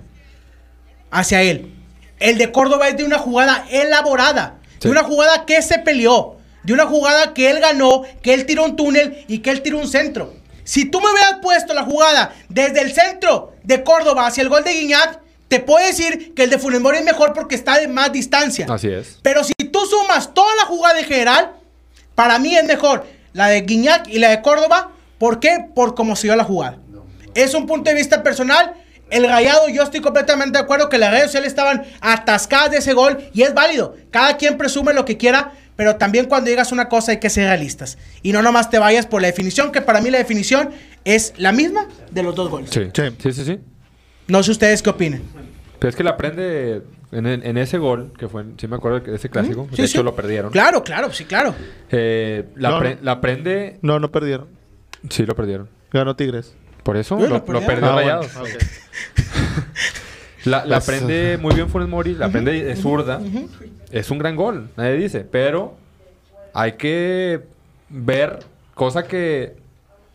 hacia él. El de Córdoba es de una jugada elaborada,
Sí.
de una jugada que se peleó, de una jugada que él ganó, que él tiró un túnel y que él tiró un centro. Si tú me hubieras puesto la jugada desde el centro de Córdoba hacia el gol de Guiñac, te puedo decir que el de Funes Mori es mejor porque está de más distancia.
Así es.
Pero si tú sumas toda la jugada en general, para mí es mejor la de Guiñac y la de Córdoba. ¿Por qué? Por cómo se dio la jugada. Es un punto de vista personal. El Rayado, yo estoy completamente de acuerdo que las redes sociales estaban atascadas de ese gol y es válido. Cada quien presume lo que quiera, pero también cuando digas una cosa hay que ser realistas. Y no nomás te vayas por la definición, que para mí la definición es la misma de los dos goles.
Sí.
Sí.
sí, sí, sí.
No sé ustedes qué opinen.
Pero es que la prende en, el- en ese gol, que fue, en- sí me acuerdo que ese clásico,
Sí,
de
sí.
hecho lo perdieron.
Claro, claro, sí, claro.
Eh, la,
No,
pre-
no.
la prende,
No, no perdieron.
sí lo perdieron.
Ganó Tigres.
Por eso
Sí,
lo,
lo
lo
perdieron.
perdió
Ah, bueno.
Rayados. La, la
Pues,
prende muy bien Funes Mori, la prende es zurda. Es un gran gol, nadie dice. Pero hay que ver, cosa que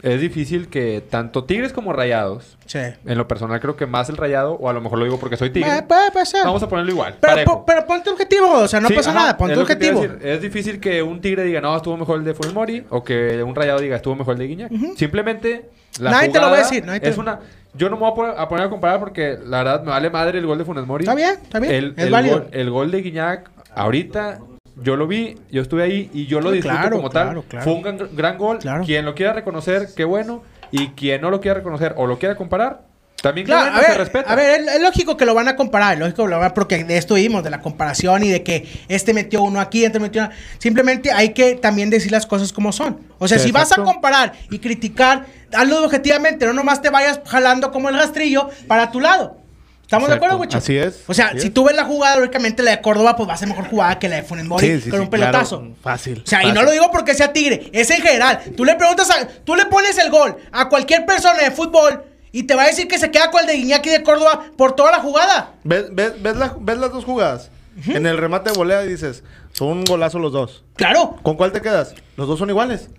es difícil que tanto Tigres como Rayados,
Sí.
en lo personal creo que más el Rayado, o a lo mejor lo digo porque soy Tigre.
Eh, puede- puede ser.
Vamos a ponerlo igual.
Pero,
parejo.
po- pero ponte objetivo, o sea, no
Sí,
pasa
ajá,
nada, ponte
es lo que te iba
objetivo.
a decir. Es difícil que un tigre diga, no, estuvo mejor el de Funes Mori, o que un rayado diga, estuvo mejor el de Guiñac. Simplemente, la
Nadie te lo va a
jugada
decir, nadie te
es
lo-
una... Yo no me voy a poner a, poner a comparar porque la verdad me vale madre el gol de Funes Mori.
Está bien, está bien,
El,
es
el
válido.
Gol, el gol de Guiñac, ahorita, yo lo vi, yo estuve ahí y yo lo
Sí,
disfruto
claro,
como
claro,
tal.
claro.
Fue un gran, gran gol.
Claro.
Quien lo quiera reconocer, qué bueno. Y quien no lo quiera reconocer o lo quiera comparar, también qué
Claro,
bueno,
a
se
ver,
respeta.
a ver, es, es lógico que lo van a comparar, es lógico que lo van a- porque de esto vimos, de la comparación y de que este metió uno aquí, este metió uno. Simplemente hay que también decir las cosas como son. O sea,
Sí,
si vas
exacto.
a comparar y criticar, hazlo objetivamente, no nomás te vayas jalando como el rastrillo para tu lado. ¿Estamos
Exacto,
de acuerdo, Wicho?
así es,
O sea,
así
si
es.
tú ves la jugada, lógicamente la de Córdoba, pues va a ser mejor jugada que la de Funes Mori con un
claro,
pelotazo.
fácil.
O sea, y
fácil.
no lo digo porque sea tigre, es en general. Tú le preguntas a, tú le pones el gol a cualquier persona de fútbol y te va a decir que se queda con el de Iñaki de Córdoba por toda la jugada.
¿Ves, ves, ves la- ves las dos jugadas? En el remate de volea dices, son un golazo los dos.
Claro.
¿Con cuál te quedas? Los dos son iguales.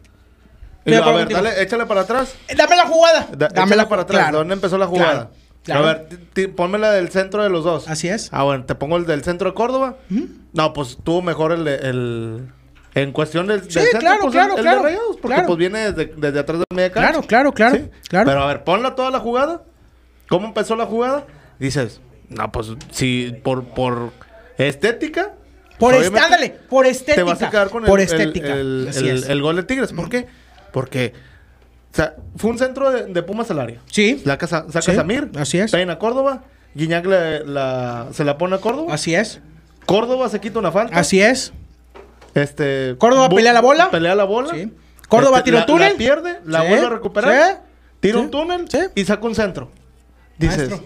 Y
De
lo- a
acuerdo
ver,
contigo.
dale, échale para atrás.
Eh, Dame la jugada.
Da-
Dame
échale para atrás.
claro,
¿Dónde empezó la
claro,
jugada?
claro.
A ver, ti- ti- ponme la del centro de los dos.
Así es. ¿Mm?
Ah, bueno, te pongo el del centro de Córdoba. No, pues tuvo mejor el. el- en cuestión del, del centro,
claro,
pues,
claro,
el, el
claro,
de Rayados, porque
claro.
pues viene desde, desde atrás del medio
Claro, claro, claro,
Sí.
claro.
Pero a ver, ponla toda la jugada. ¿Cómo empezó la jugada? Dices, no, pues si por, por estética. pues,
Por
obviamente
este, ándale, por estética.
Te vas a quedar con el,
por
el-
estética.
el-
Así
el-
es.
el gol de Tigres. ¿Por qué? Porque o sea, fue un centro de, de Pumas al área.
Sí.
La casa, saca
Sí,
Samir.
así es.
Pena a Córdoba. Guiñac la- la- se la pone a Córdoba.
Así es.
Córdoba se quita una falta.
Así es.
Este,
Córdoba
Bu-
pelea la bola.
Pelea la bola. Este,
Sí. Córdoba tira un
la-
túnel.
La pierde, la
Sí,
vuelve a recuperar.
sí,
Tira
sí,
un túnel
sí.
y saca un centro. Dices,
Maestro.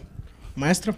Maestro.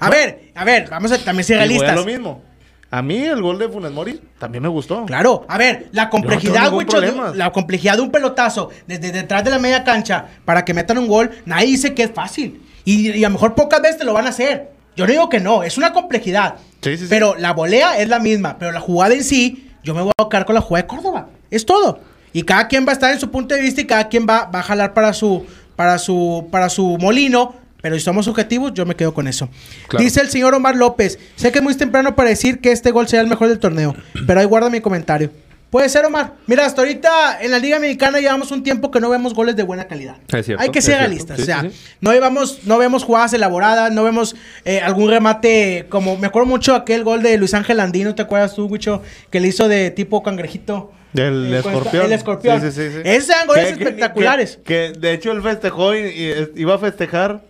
A ver, a ver, vamos a también ser
y voy a
realistas.
lo mismo. A mí el gol de Funes Mori también me gustó.
Claro, a ver, la complejidad,
ningún
güey, de-
problema.
la complejidad de un pelotazo desde detrás de la media cancha para que metan un gol, nadie dice que es fácil. Y, y a lo mejor pocas veces te lo van a hacer. Yo no digo que no, es una complejidad.
Sí, sí, sí.
Pero la volea es la misma, pero la jugada en sí, yo me voy a tocar con la jugada de Córdoba. Es todo. Y cada quien va a estar en su punto de vista y cada quien va, va a jalar para su, para su, para su molino. Pero si somos subjetivos, yo me quedo con eso.
Claro.
Dice el señor Omar López, sé que es muy temprano para decir que este gol sea el mejor del torneo, pero ahí guarda mi comentario. Puede ser, Omar. Mira, hasta ahorita en la Liga Mexicana llevamos un tiempo que no vemos goles de buena calidad.
Es cierto,
Hay que
es
ser
cierto.
realistas.
Sí,
o sea,
sí, sí.
no, llevamos, no vemos jugadas elaboradas, no vemos eh, algún remate como... Me acuerdo mucho aquel gol de Luis Ángel Andino, ¿te acuerdas tú, Guicho? Que le hizo de tipo cangrejito.
Del
Eh, con esta-
escorpión.
El escorpión.
Sí, sí, sí, sí.
Esos eran goles
Que- que-
espectaculares.
Que, que, de hecho él festejó y, y, eh, iba a festejar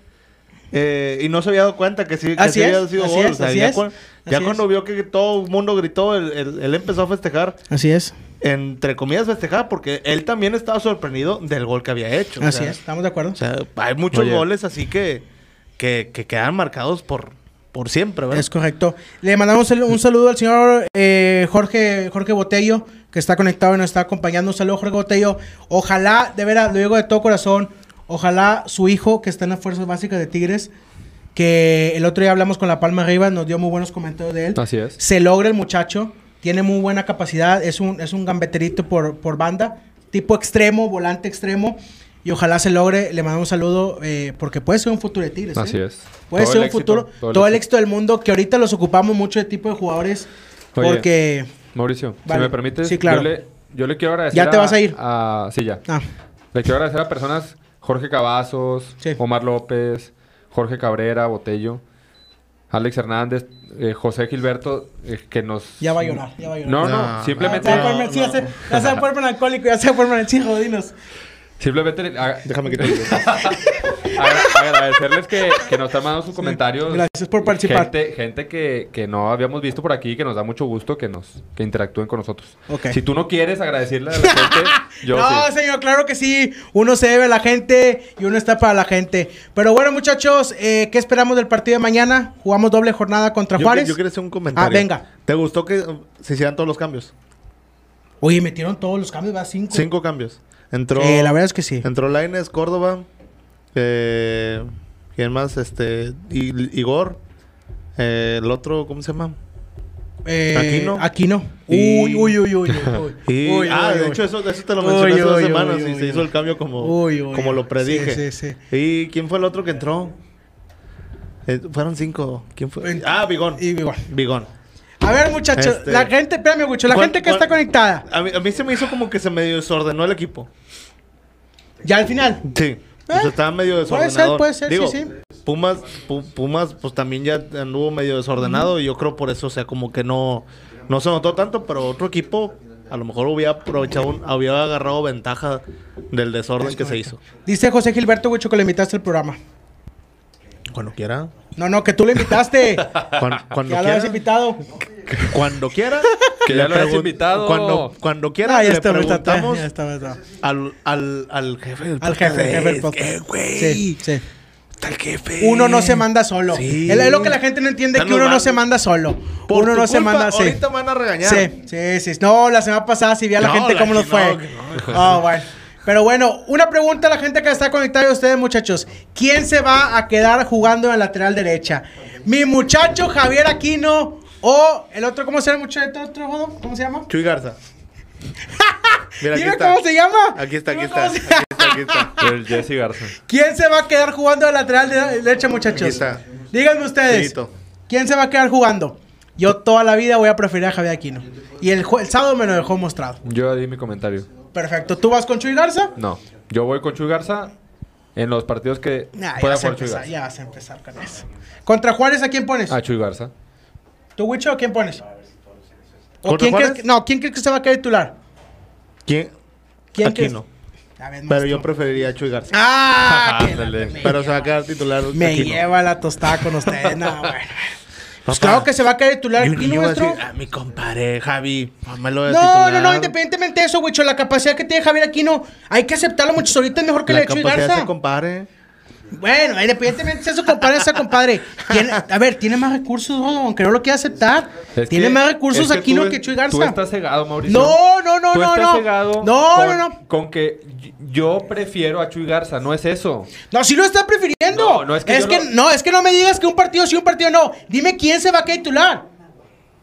eh, y no se había dado cuenta que sí, que
Así
sí había
es,
sido
así
gol.
es,
O sea,
así
ya
es,
cuan- ya
así
cuando
es.
vio que todo el mundo gritó, él, él- él empezó a festejar,
Así es.
entre comillas festejar, porque él también estaba sorprendido del gol que había hecho. o
Así
sea,
es. ¿Estamos de acuerdo?
O sea, hay muchos
Oye.
goles así que, que, que quedan marcados por, por siempre, ¿verdad?
Es correcto. Le mandamos el- un saludo al señor eh, Jorge, Jorge Botello, que está conectado y nos está acompañando. Un saludo, Jorge Botello. Ojalá, de veras, lo digo de todo corazón, ojalá su hijo, que está en las Fuerzas Básicas de Tigres, que el otro día hablamos con La Palma Arriba, nos dio muy buenos comentarios de él.
Así es.
Se logra el muchacho, tiene muy buena capacidad, es un, es un gambeterito por, por banda, tipo extremo, volante extremo. Y ojalá se logre, le mandamos un saludo, eh, porque puede ser un futuro de Tigres.
Así
¿eh?
es.
Puede
Todo
ser
el
un
éxito,
futuro, todo, el éxito del mundo, que ahorita los ocupamos mucho de tipo de jugadores,
Oye.
porque...
Mauricio,
Vale.
si me permites,
Sí, claro.
yo, le, yo le quiero agradecer.
¿Ya te vas a ir?
sí, ya.
Ah,
Le quiero agradecer a personas, Jorge Cavazos,
Sí.
Omar López, Jorge Cabrera, Botello, Alex Hernández, eh, José Gilberto, eh, que nos...
ya va a llorar, ya va a llorar.
No, no,
No,
simplemente,
Ah, ya se va a poner- sí, ya se- ya se va a poner melancólico, ya se va a poner melancólico, sí, jodinos.
simplemente le- a-
Déjame que te
agra- agradecerles que, que nos están mandando sus comentarios.
Gracias por participar.
Gente, gente que, que no habíamos visto por aquí, que nos da mucho gusto que nos que interactúen con nosotros.
Ok.
Si tú no quieres agradecerle a la gente, yo
no,
sí.
señor, claro que sí. Uno se debe a la gente y uno está para la gente. Pero bueno, muchachos, eh, ¿qué esperamos del partido de mañana? Jugamos doble jornada contra
Yo,
Juárez.
que- yo quiero hacer un comentario.
Ah, venga.
¿Te gustó que eh, se hicieran todos los cambios?
Oye, metieron todos los cambios, va cinco.
Cinco cambios. Entró.
Eh, la verdad es que sí.
Entró Laines, Córdoba. Eh, ¿Quién más? Este. I- Igor. eh, el otro, ¿cómo se llama?
Eh,
Aquino.
Aquino.
Y-
Uy, uy, uy, uy. uy, uy.
Y-
Uy,
ah,
uy,
de
uy.
hecho, eso, eso te lo
Uy,
mencioné hace dos
uy,
semanas
uy,
y
uy,
se hizo
uy.
el cambio como,
Uy, uy,
como
sí,
lo predije.
sí, sí.
¿Y quién fue el otro que entró? Eh, fueron cinco. ¿Quién fue?
Ent-
Ah, Bigón.
Y igual.
Bigón.
A ver, muchachos,
Este-
la gente, espérame, Gucho, la
¿Cuál-
gente que
cuál-
está conectada,
A mí, a mí se me hizo como que se medio desordenó el equipo.
ya al final.
Sí. o sea, estaba medio desordenado.
Eh, puede ser,
Digo,
sí, sí.
Pumas, Pu- Pumas, pues también ya anduvo medio desordenado. Y yo creo por eso, o sea, como que no, no se notó tanto. Pero otro equipo, a lo mejor hubiera aprovechado, un- hubiera agarrado ventaja del desorden que se hizo.
Dice José Gilberto, Gucho, que lo invitaste al programa.
Cuando quiera.
No, no, que tú lo invitaste.
Cuando, cuando
ya lo
quiera.
has invitado.
Cuando quiera.
Que
le
ya lo has
pregun-
invitado.
Cuando, cuando quiera,
Ah, ya
le
está, ahorita está,
preguntamos
ya está, ya está.
Al, al, al jefe del
Al jefe,
podcast.
jefe del podcast.
Eh, güey,
Sí, sí.
está el jefe.
Uno no se manda solo.
Sí.
Es lo que la gente no entiende,
Ya
que
nos
uno no
van.
se manda solo.
Por
uno
tu
no se
culpa,
manda sí.
Ahorita me van a regañar.
Sí, sí, sí. No, la semana pasada sí vi a la
No,
gente
la
cómo nos
que
fue.
no, que no.
Ah, bueno. Pero bueno, una pregunta a la gente que está conectada y a ustedes, muchachos. ¿Quién se va a quedar jugando en la lateral derecha? ¿Mi muchacho Javier Aquino o el otro, cómo se llama, muchacho? otro jodo? ¿Cómo se llama?
Chuy Garza. Mira,
Dime cómo se llama.
Aquí está, aquí
Dime
está.
cómo
Aquí
se-
está, aquí está.
El Jesse Garza.
¿Quién se va a quedar jugando de lateral de- derecha, muchachos?
Aquí está.
Díganme ustedes.
Chiquito.
¿Quién se va a quedar jugando? Yo toda la vida voy a preferir a Javier Aquino. Y el, jue- el sábado me lo dejó mostrado.
Yo di mi comentario.
Perfecto. ¿Tú vas con Chuy Garza?
No, yo voy con Chuy Garza en los partidos que
Nah, ya,
pueda
vas a
jugar Chuy
empezar,
Garza.
ya vas a empezar con eso. ¿Contra Juárez a quién pones?
A Chuy Garza.
¿Tú, Wicho, a quién pones? ¿O
¿Contra
quién crees
Juárez?
que- no, ¿quién crees que se va a quedar titular?
¿Quién?
¿Quién
Aquí
crees?
no.
A ver,
Pero yo
maestro.
preferiría a Chuy García.
¡Ah! que la-
Ándale.
me
Pero se va
lleva,
a quedar titular.
me
Aquino.
lleva la tostada con ustedes. No, bueno. Pues
Papá,
claro que se va a caer titular
y un
aquí
niño va a decir,
nuestro.
"Ah, mi compadre, Javi, pónmelo de
No,
titular".
no, no, independientemente de eso, güey, la capacidad que tiene Javier Aquino, hay que aceptarlo muchos ahorita es mejor que la,
La
de Chuy
capacidad de
Garza.
ese compadre.
Bueno, independientemente de eso, compadre, ese compadre. Tiene- a ver, tiene más recursos, no, aunque no lo quiera aceptar.
Es
tiene
que-
más recursos
es que
Aquino
tú-
que Chuy
Tú
Garza.
estás cegado, Mauricio.
No, no, no,
Tú
no,
estás
no. No,
cegado
no,
con-
no.
Con que y- yo prefiero a Chuy Garza, no es eso.
No, sí lo está prefiriendo.
No, no, es que yo no-
no, es que no me digas que un partido sí, un partido no. Dime quién se va a quedar titular.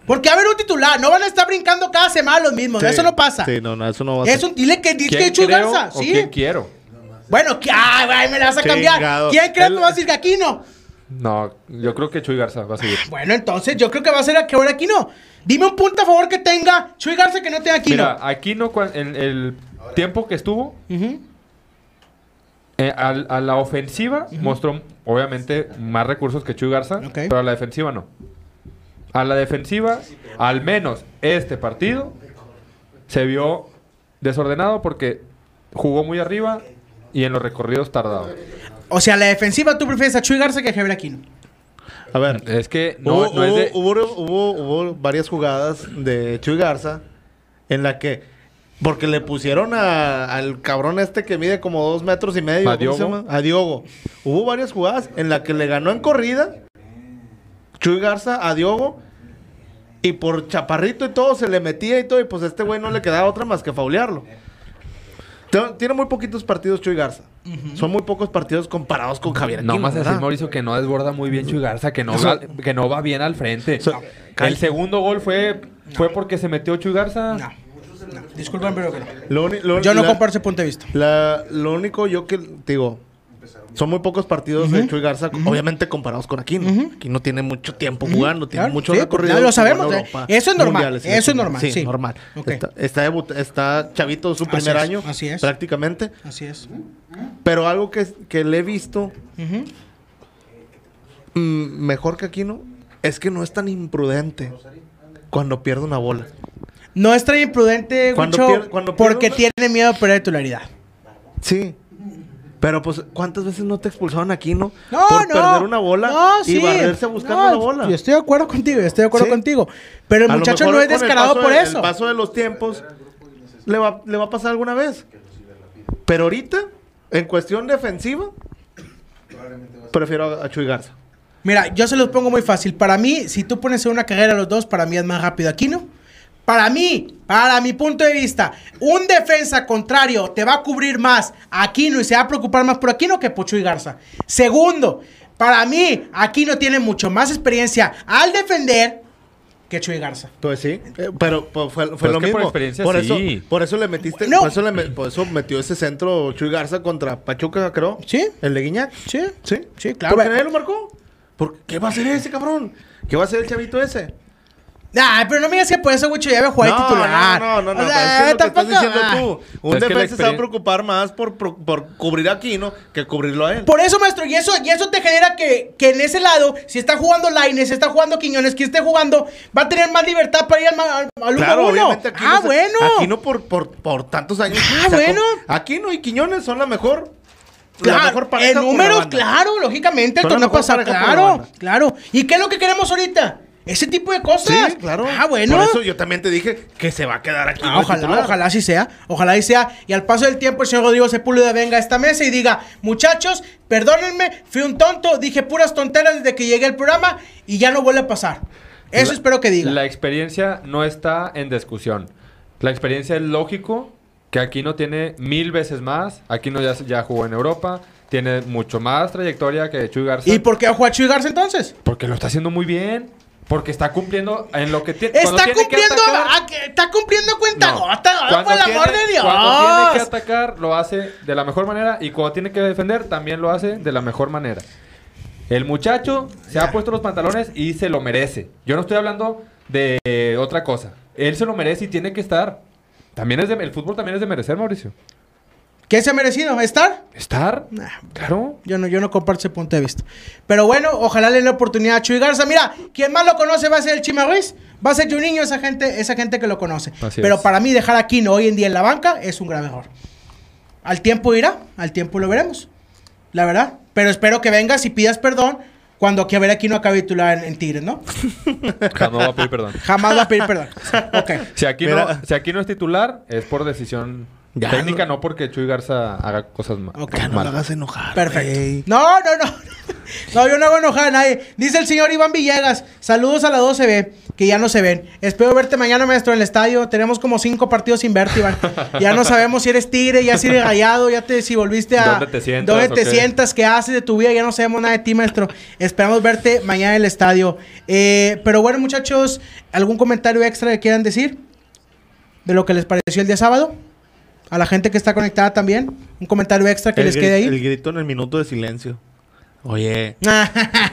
Porque va a haber un titular, no van a estar brincando cada semana los mismos,
Sí,
eso no pasa.
Sí, no, no, eso no va a
Es
ser.
un dile que dile que Chuy
creo
Garza,
o
sí.
quién quiero?
Bueno, que- ay, güey, me la vas a cambiar.
Chingado.
¿Quién crees
El-
que va a decir que aquí no?
No, yo creo que Chuy Garza va a seguir.
Bueno, entonces yo creo que va a ser a que ahora aquí no. Dime un punto a favor que tenga Chuy Garza que no tenga aquí
Mira, Aquino, cuan- en el tiempo que estuvo, eh, al- a, la ofensiva mostró, obviamente, más recursos que Chuy Garza,
Ok.
pero a la defensiva no. A la defensiva, al menos este partido, se vio desordenado porque jugó muy arriba y en los recorridos tardaba.
O sea, la defensiva tú prefieres a Chuy Garza que a Javier Aquino.
A ver,
Es que no,
hubo,
no es de...
hubo- hubo- hubo varias jugadas de Chuy Garza en la que. Porque le pusieron a- al cabrón este que mide como dos metros y medio.
¿A
¿cómo
Diogo?
se llama? A Diogo. Hubo varias jugadas en la que le ganó en corrida Chuy Garza a Diogo. Y por chaparrito y todo, se le metía y todo. Y pues a este güey no le quedaba otra más que faulearlo. Te- Tiene muy poquitos partidos Chuy Garza. Son muy pocos partidos comparados con Javier Aquino.
No más decir,
¿verdad?
Mauricio, que no desborda muy bien Chuy Garza, que no,
O sea,
va, que no va bien al frente.
sea,
el
cal-
segundo gol fue, fue porque se metió Chuy Garza.
No. no. Disculpen, pero que no.
Lo uni- lo-
Yo no
la-
comparto ese punto de vista.
La, lo único yo que te digo, son muy pocos partidos de Chuy Garza, obviamente comparados con Aquino. Aquino tiene mucho tiempo jugando, tiene
claro,
mucho
sí,
recorrido.
pues, ya lo
jugó en
sabemos, eh. Eso es normal,
mundiales,
eso es normal, sí.
normal.
Ok.
Está, está debu- está chavito su
Así
primer
es,
año,
así es.
prácticamente.
Así es.
Pero algo que, que le he visto
Ujú.
mm, mejor que Aquino es que no es tan imprudente cuando pierde una bola.
No es tan imprudente,
Cuando
Gucho,
pier- cuando pierde
porque
una-
tiene miedo a perder titularidad.
Sí. Pero pues, ¿cuántas veces no te expulsaron aquí, no?
No,
Por
no.
perder una bola
No,
y
sí.
barrerse buscando
No,
la bola.
Yo estoy de acuerdo contigo, yo estoy de acuerdo
Sí.
contigo. Pero el
A lo
muchacho
mejor
no es
con el
descarado
paso
por
de-
eso.
El paso de los tiempos le va, le va a pasar alguna vez. Pero ahorita, en cuestión defensiva, prefiero a- a Chuy Garza.
Mira, yo se los pongo muy fácil. Para mí, si tú pones en una carrera a los dos, para mí es más rápido aquí, ¿no? Para mí, para mi punto de vista, un defensa contrario te va a cubrir más a Aquino y se va a preocupar más por Aquino que Pocho y Garza. Segundo, para mí, Aquino tiene mucho más experiencia al defender que Chuy Garza.
Pues sí, eh, pero pues, fue, fue
Pues
lo
que por
mismo.
experiencia, sí.
eso, por eso le metiste,
No.
por, eso le me- por eso metió ese centro Chuy Garza contra Pachuca, creo.
Sí.
El de Guiñac.
Sí.
Sí.
Sí, claro.
Porque nadie lo marcó. ¿Por qué va a hacer ese cabrón? ¿Qué va a hacer el chavito ese?
Ah, pero no me digas que por eso, güey, ya voy a jugar de titular.
No, no, no,
O
no,
sea,
pero es que es lo que
tampoco-
estás
ah.
diciendo tú. Un
Es que la
defensa se va a
experien-
preocupar más por, por, por cubrir a Aquino que cubrirlo a él.
Por eso, maestro, y eso, y eso te genera que, que en ese lado, si está jugando Laines, si está jugando Quiñones, quien esté jugando, va a tener más libertad para ir al, ma- al- al uno a uno.
Aquino
ah,
se-
bueno.
Aquino por, por, por tantos años.
Ah, bueno.
Aquino y Quiñones son la mejor. la
Claro,
mejor pareja
en
por la
números,
banda.
claro, lógicamente, el
Son la
torneo
mejor
pasado,
pareja por la
claro,
banda.
claro. ¿Y qué es lo que queremos ahorita? Ese tipo de cosas.
Sí, claro.
Ah, bueno.
Por eso yo también te dije que se va a quedar aquí.
Ah, ojalá, ojalá así sea, ojalá así sea. Y al paso del tiempo el señor Rodrigo Sepúlveda venga a esta mesa y diga, muchachos, perdónenme, fui un tonto, dije puras tonteras desde que llegué al programa y ya no vuelve a pasar. Eso
La-
espero que diga.
La experiencia no está en discusión. La experiencia es lógico que Aquino tiene mil veces más. Aquino ya, ya jugó en Europa. Tiene mucho más trayectoria que Chuy Garza.
¿Y por qué va a jugar Chuy Garza entonces?
Porque lo está haciendo muy bien. Porque está cumpliendo en lo que tiene. cuando
Está
tiene que
cumpliendo,
atacar-
a- que- está cumpliendo cuenta
No.
gota,
Cuando
por el
tiene-
amor de Dios.
Cuando tiene que atacar, lo hace de la mejor manera. Y cuando tiene que defender, también lo hace de la mejor manera. El muchacho se ha puesto los pantalones y se lo merece. Yo no estoy hablando de eh, otra cosa. Él se lo merece y tiene que estar. También es de- el fútbol también es de merecer, Mauricio.
¿Qué se ha merecido? ¿Estar?
¿Estar? Claro.
Yo no, yo no comparto ese punto de vista. Pero bueno, ojalá le den la oportunidad a Chuy Garza. Mira, quien más lo conoce va a ser el Chima Ruiz, va a ser Juninho, esa gente, esa gente que lo conoce.
Así
Pero
es.
para mí dejar a Kino hoy en día en la banca es un grave error. Al tiempo irá, al tiempo lo veremos. La verdad. Pero espero que vengas y pidas perdón cuando aquí a ver aquí no acabe titular en, en Tigres, ¿no?
Jamás voy a pedir perdón.
Jamás va a pedir perdón. Ok.
Si aquí,
Mira.
no, si aquí no es titular, es por decisión
Ya,
técnica, no porque Chuy Garza haga cosas ma-
Ok.
Ya
malas.
no lo hagas enojar.
Perfecto.
güey.
No, no, no. No, yo no hago enojar a nadie. Dice el señor Iván Villegas. Saludos a la 12B, que ya no se ven. Espero verte mañana, maestro, en el estadio. Tenemos como cinco partidos sin verte, Iván. Ya no sabemos si eres tigre, ya si eres gallado, ya te, si volviste a.
¿Dónde te sientas,
¿Dónde
o
te
qué?
sientas? ¿Qué haces de tu vida? Ya no sabemos nada de ti, maestro. Esperamos verte mañana en el estadio. Eh, pero bueno, muchachos, ¿algún comentario extra que quieran decir? De lo que les pareció el día sábado. A la gente que está conectada también. Un comentario extra que
El
les quede
gri-
ahí.
El grito en el minuto de silencio. Oye,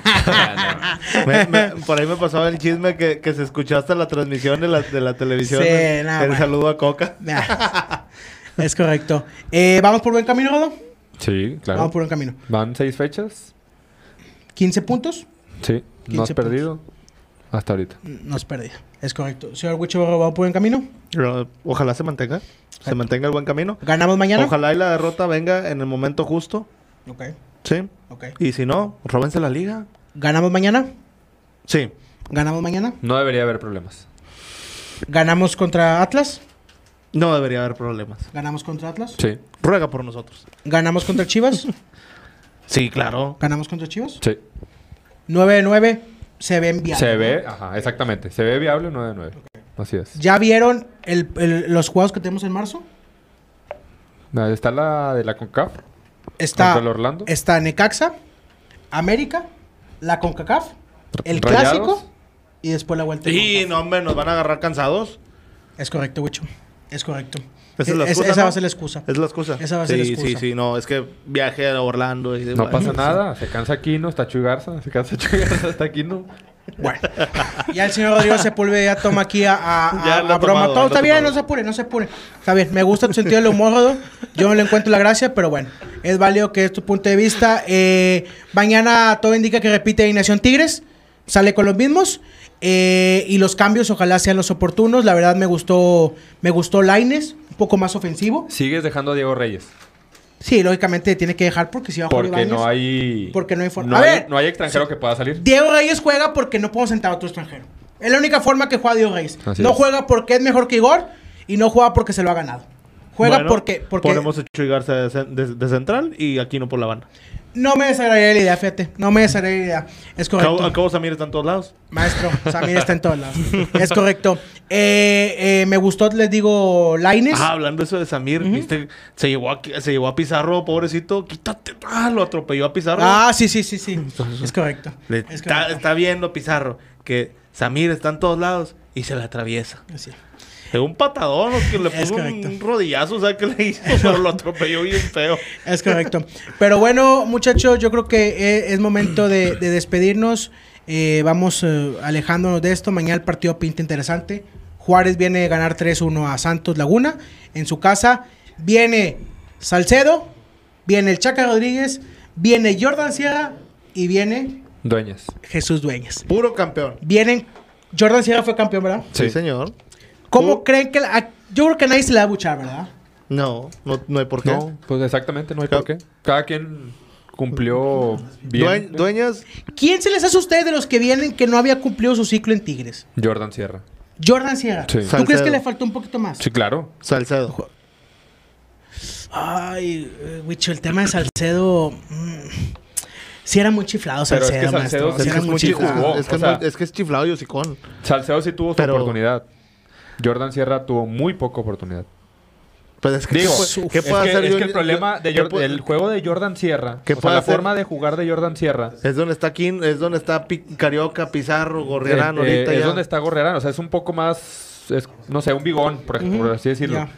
Ah,
me- me- por ahí me pasaba el chisme que, que se escuchó hasta la transmisión de la, de la televisión.
Sí,
el
nada, bueno.
saludo a Coca.
Nah. es correcto. Eh, Vamos por buen camino, Rodo.
no. Sí, claro.
Vamos Ah, por buen camino.
Van seis fechas.
15 puntos,
Sí. No has
15
perdido hasta ahorita.
no es pérdida. Es correcto. Señor Huicho, ¿vamos por buen camino?
Pero Ojalá se mantenga. Se mantenga el buen camino.
¿Ganamos mañana?
Ojalá y la derrota venga en el momento justo.
Ok,
Sí.
ok.
Y si no, róbense la liga.
¿Ganamos mañana?
Sí.
¿Ganamos mañana?
No debería haber problemas.
¿Ganamos contra Atlas?
No debería haber problemas.
¿Ganamos contra Atlas?
Sí.
Ruega por nosotros.
¿Ganamos contra Chivas?
Sí, claro.
¿Ganamos contra Chivas?
Sí.
9 de 9 se ve enviado.
Se ve, ajá, exactamente. Se ve viable 9 de 9. Así es.
¿Ya vieron el- el- los juegos que tenemos en marzo?
Ahí Está la de la CONCAF.
Está,
Contra el Orlando.
está Necaxa, América, la CONCACAF, el
Rayados.
Clásico y después la vuelta. en
Sí,
CONCACAF.
no, hombre, nos van a agarrar cansados.
Es correcto, Wicho. Es correcto.
Esa es la
E- Es-
excusa,
esa
¿no?
va a ser la excusa.
Es la excusa.
Esa va a ser la
sí,
excusa.
Sí, sí, no, es que viaje a Orlando. Y
No pasa nada. Se cansa Aquino, está Chuy Garza. Se cansa Chuy Garza, está Aquino.
Bueno. Ya el señor Rodrigo Sepúlveda ya toma aquí a, a-
Ya
a-
lo
a
ha
broma.
tomado,
Todo
lo
está
ha
bien,
tomado.
no se apure, no se apure. Está bien, me gusta tu sentido del humor, Rodo. Yo no le encuentro la gracia, pero bueno. Es válido que es tu punto de vista. Eh, mañana todo indica que repite Ignación Tigres. Sale con los mismos. Eh, y los cambios ojalá sean los oportunos. La verdad me gustó, me gustó Laines, un poco más ofensivo.
Sigues dejando a Diego Reyes.
Sí, lógicamente tiene que dejar porque si va a jugar
Porque no
Ibáñez-
hay.
Porque no hay for-
no
A
hay-
ver.
no hay extranjero que pueda salir.
Diego Reyes juega porque no puedo sentar a otro extranjero. Es la única forma que juega Diego Reyes.
Así
no
es.
juega porque es mejor que Igor y no juega porque se lo ha ganado. Juega porque, porque
Ponemos a Chuy Garza de, cen- de- de central y aquí no por la banda.
no me desagradaría la idea, fíjate. No me desagradaría la idea. Es correcto.
Cabo, a Cabo Samir está en todos lados.
Maestro, Samir está en todos lados. Es correcto. Eh, eh, me gustó, les digo, Laines.
Ah, hablando eso de Samir, ¿viste? Se llevó, a, se llevó a Pizarro, pobrecito. Quítate. Ah, lo atropelló a Pizarro.
Ah, sí, sí, sí, sí. Es correcto.
Le-
Es
está,
correcto.
está viendo Pizarro que Samir está en todos lados y se la atraviesa.
Así.
Es un patadón, o que le
Es
puso un,
correcto.
un rodillazo, o sea, que le hizo, pero lo atropelló bien feo.
Es correcto. Pero bueno, muchachos, yo creo que eh, es momento de, de despedirnos. Eh, vamos eh, alejándonos de esto. Mañana el partido pinta interesante. Juárez viene a ganar 3-1 a Santos Laguna en su casa. Viene Salcedo, viene el Chaca Rodríguez, viene Jordan Sierra y viene
Dueñas.
Jesús Dueñas.
Puro campeón.
Vienen. Jordan Sierra fue campeón, ¿verdad?
Sí,
Sí.
señor.
¿Cómo
Tú-
creen que.? la- a- yo creo que nadie se la va a buchar, ¿verdad?
No, no, no hay por qué.
No, pues exactamente, no hay
Ca-
por qué. Cada quien cumplió
Due-
bien.
dueñas,
¿Quién se les hace a ustedes de los que vienen que no había cumplido su ciclo en Tigres?
Jordan Sierra.
Jordan Sierra.
Sí.
¿Tú
Salcedo.
crees que le faltó un poquito más?
Sí, claro.
Salcedo.
Ay, eh, Wicho, el tema de Salcedo. Si era muy chiflado,
Pero es
Salcedo,
que Salcedo
maestro. Sí
sí
es,
era
que es,
muy
muy
chiflado.
jugó.
chiflado. Es que,
o
es
sea.
muy- es que es chiflado y hocicón.
Salcedo sí tuvo su
Pero-
oportunidad. Jordan Sierra tuvo muy poca oportunidad.
Pues es que,
Digo,
¿qué
su-
puede- ¿qué
Es que,
puede hacer
es
yo-
que el
yo-
problema de
¿qué
Jor-
puede-
del juego de Jordan Sierra,
¿Qué
o sea,
puede
la
hacer?
forma de jugar de Jordan Sierra, eh,
Es donde está King, es donde está Pi- Carioca, Pizarro, Gorriarán,
eh, eh,
ahorita
es
ya.
donde está Gorrerán. O sea, es un poco más, es, no sé, un bigón, por, ej- por así decirlo.
Ya.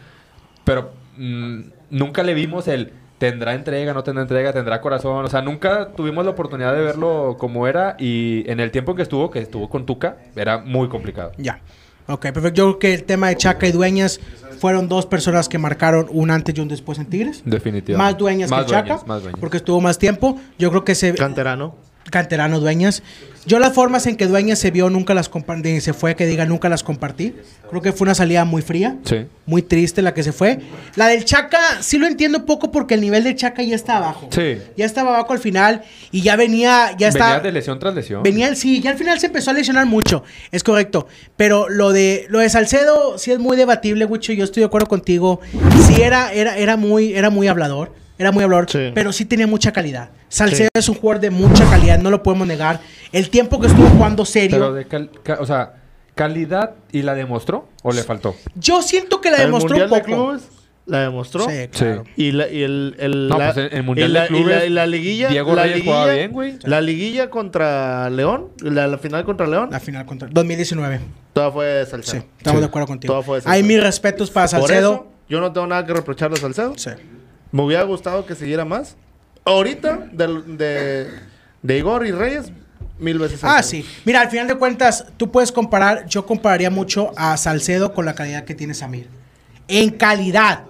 Pero mm, nunca le vimos el tendrá entrega, no tendrá entrega, tendrá corazón. O sea, nunca tuvimos la oportunidad de verlo como era y en el tiempo en que estuvo, que estuvo con Tuca, era muy complicado.
Ya. Ok, perfecto. Yo creo que el tema de Chaca y Dueñas fueron dos personas que marcaron un antes y un después en Tigres.
Definitivamente.
Más Dueñas
Más
que Chaca,
Dueñas, más Dueñas.
porque estuvo más tiempo. Yo creo que se...
Canterano.
Canterano Dueñas. Yo las formas en que Dueñas se vio nunca las compartí, se fue, que diga nunca las compartí. Creo que fue una salida muy fría,
Sí.
muy triste la que se fue. La del Chaca sí lo entiendo un poco porque el nivel del Chaca ya está abajo.
Sí.
Ya estaba abajo al final y ya venía, ya
Venía
está
de lesión tras lesión.
Venía, sí, ya al final se empezó a lesionar mucho, es correcto. Pero lo de, lo de Salcedo sí es muy debatible, Wicho, yo estoy de acuerdo contigo. Sí era, era, era, muy, era muy hablador, era muy hablador,
Sí.
pero sí tenía mucha calidad. Salcedo es un jugador de mucha calidad, no lo podemos negar. El tiempo que estuvo jugando serio,
Pero de cal- ca- o sea, calidad y la demostró o le faltó.
yo siento que la
El
demostró un
Mundial de
poco.
Clubes la demostró.
Sí, claro.
Y, la, y el, el,
No,
la,
pues en- en Mundial
y
de
la- y
Clubes,
la- y la liguilla.
Diego
la
Reyes jugaba bien, güey.
La liguilla contra León, la, la final contra León,
La final contra 2019.
toda fue
Sí,
Salcedo.
estamos
Sí.
de acuerdo contigo.
Todo fue Salcedo.
Hay mis respetos para
Por
Salcedo.
eso, yo no tengo nada que reprocharle a Salcedo.
Sí.
Me hubiera gustado que siguiera más. Ahorita, de, de, de Igor y Reyes, mil veces.
Ah,
Salcedo.
sí. Mira, al final de cuentas, tú puedes comparar, yo compararía mucho a Salcedo con la calidad que tiene Samir. En calidad,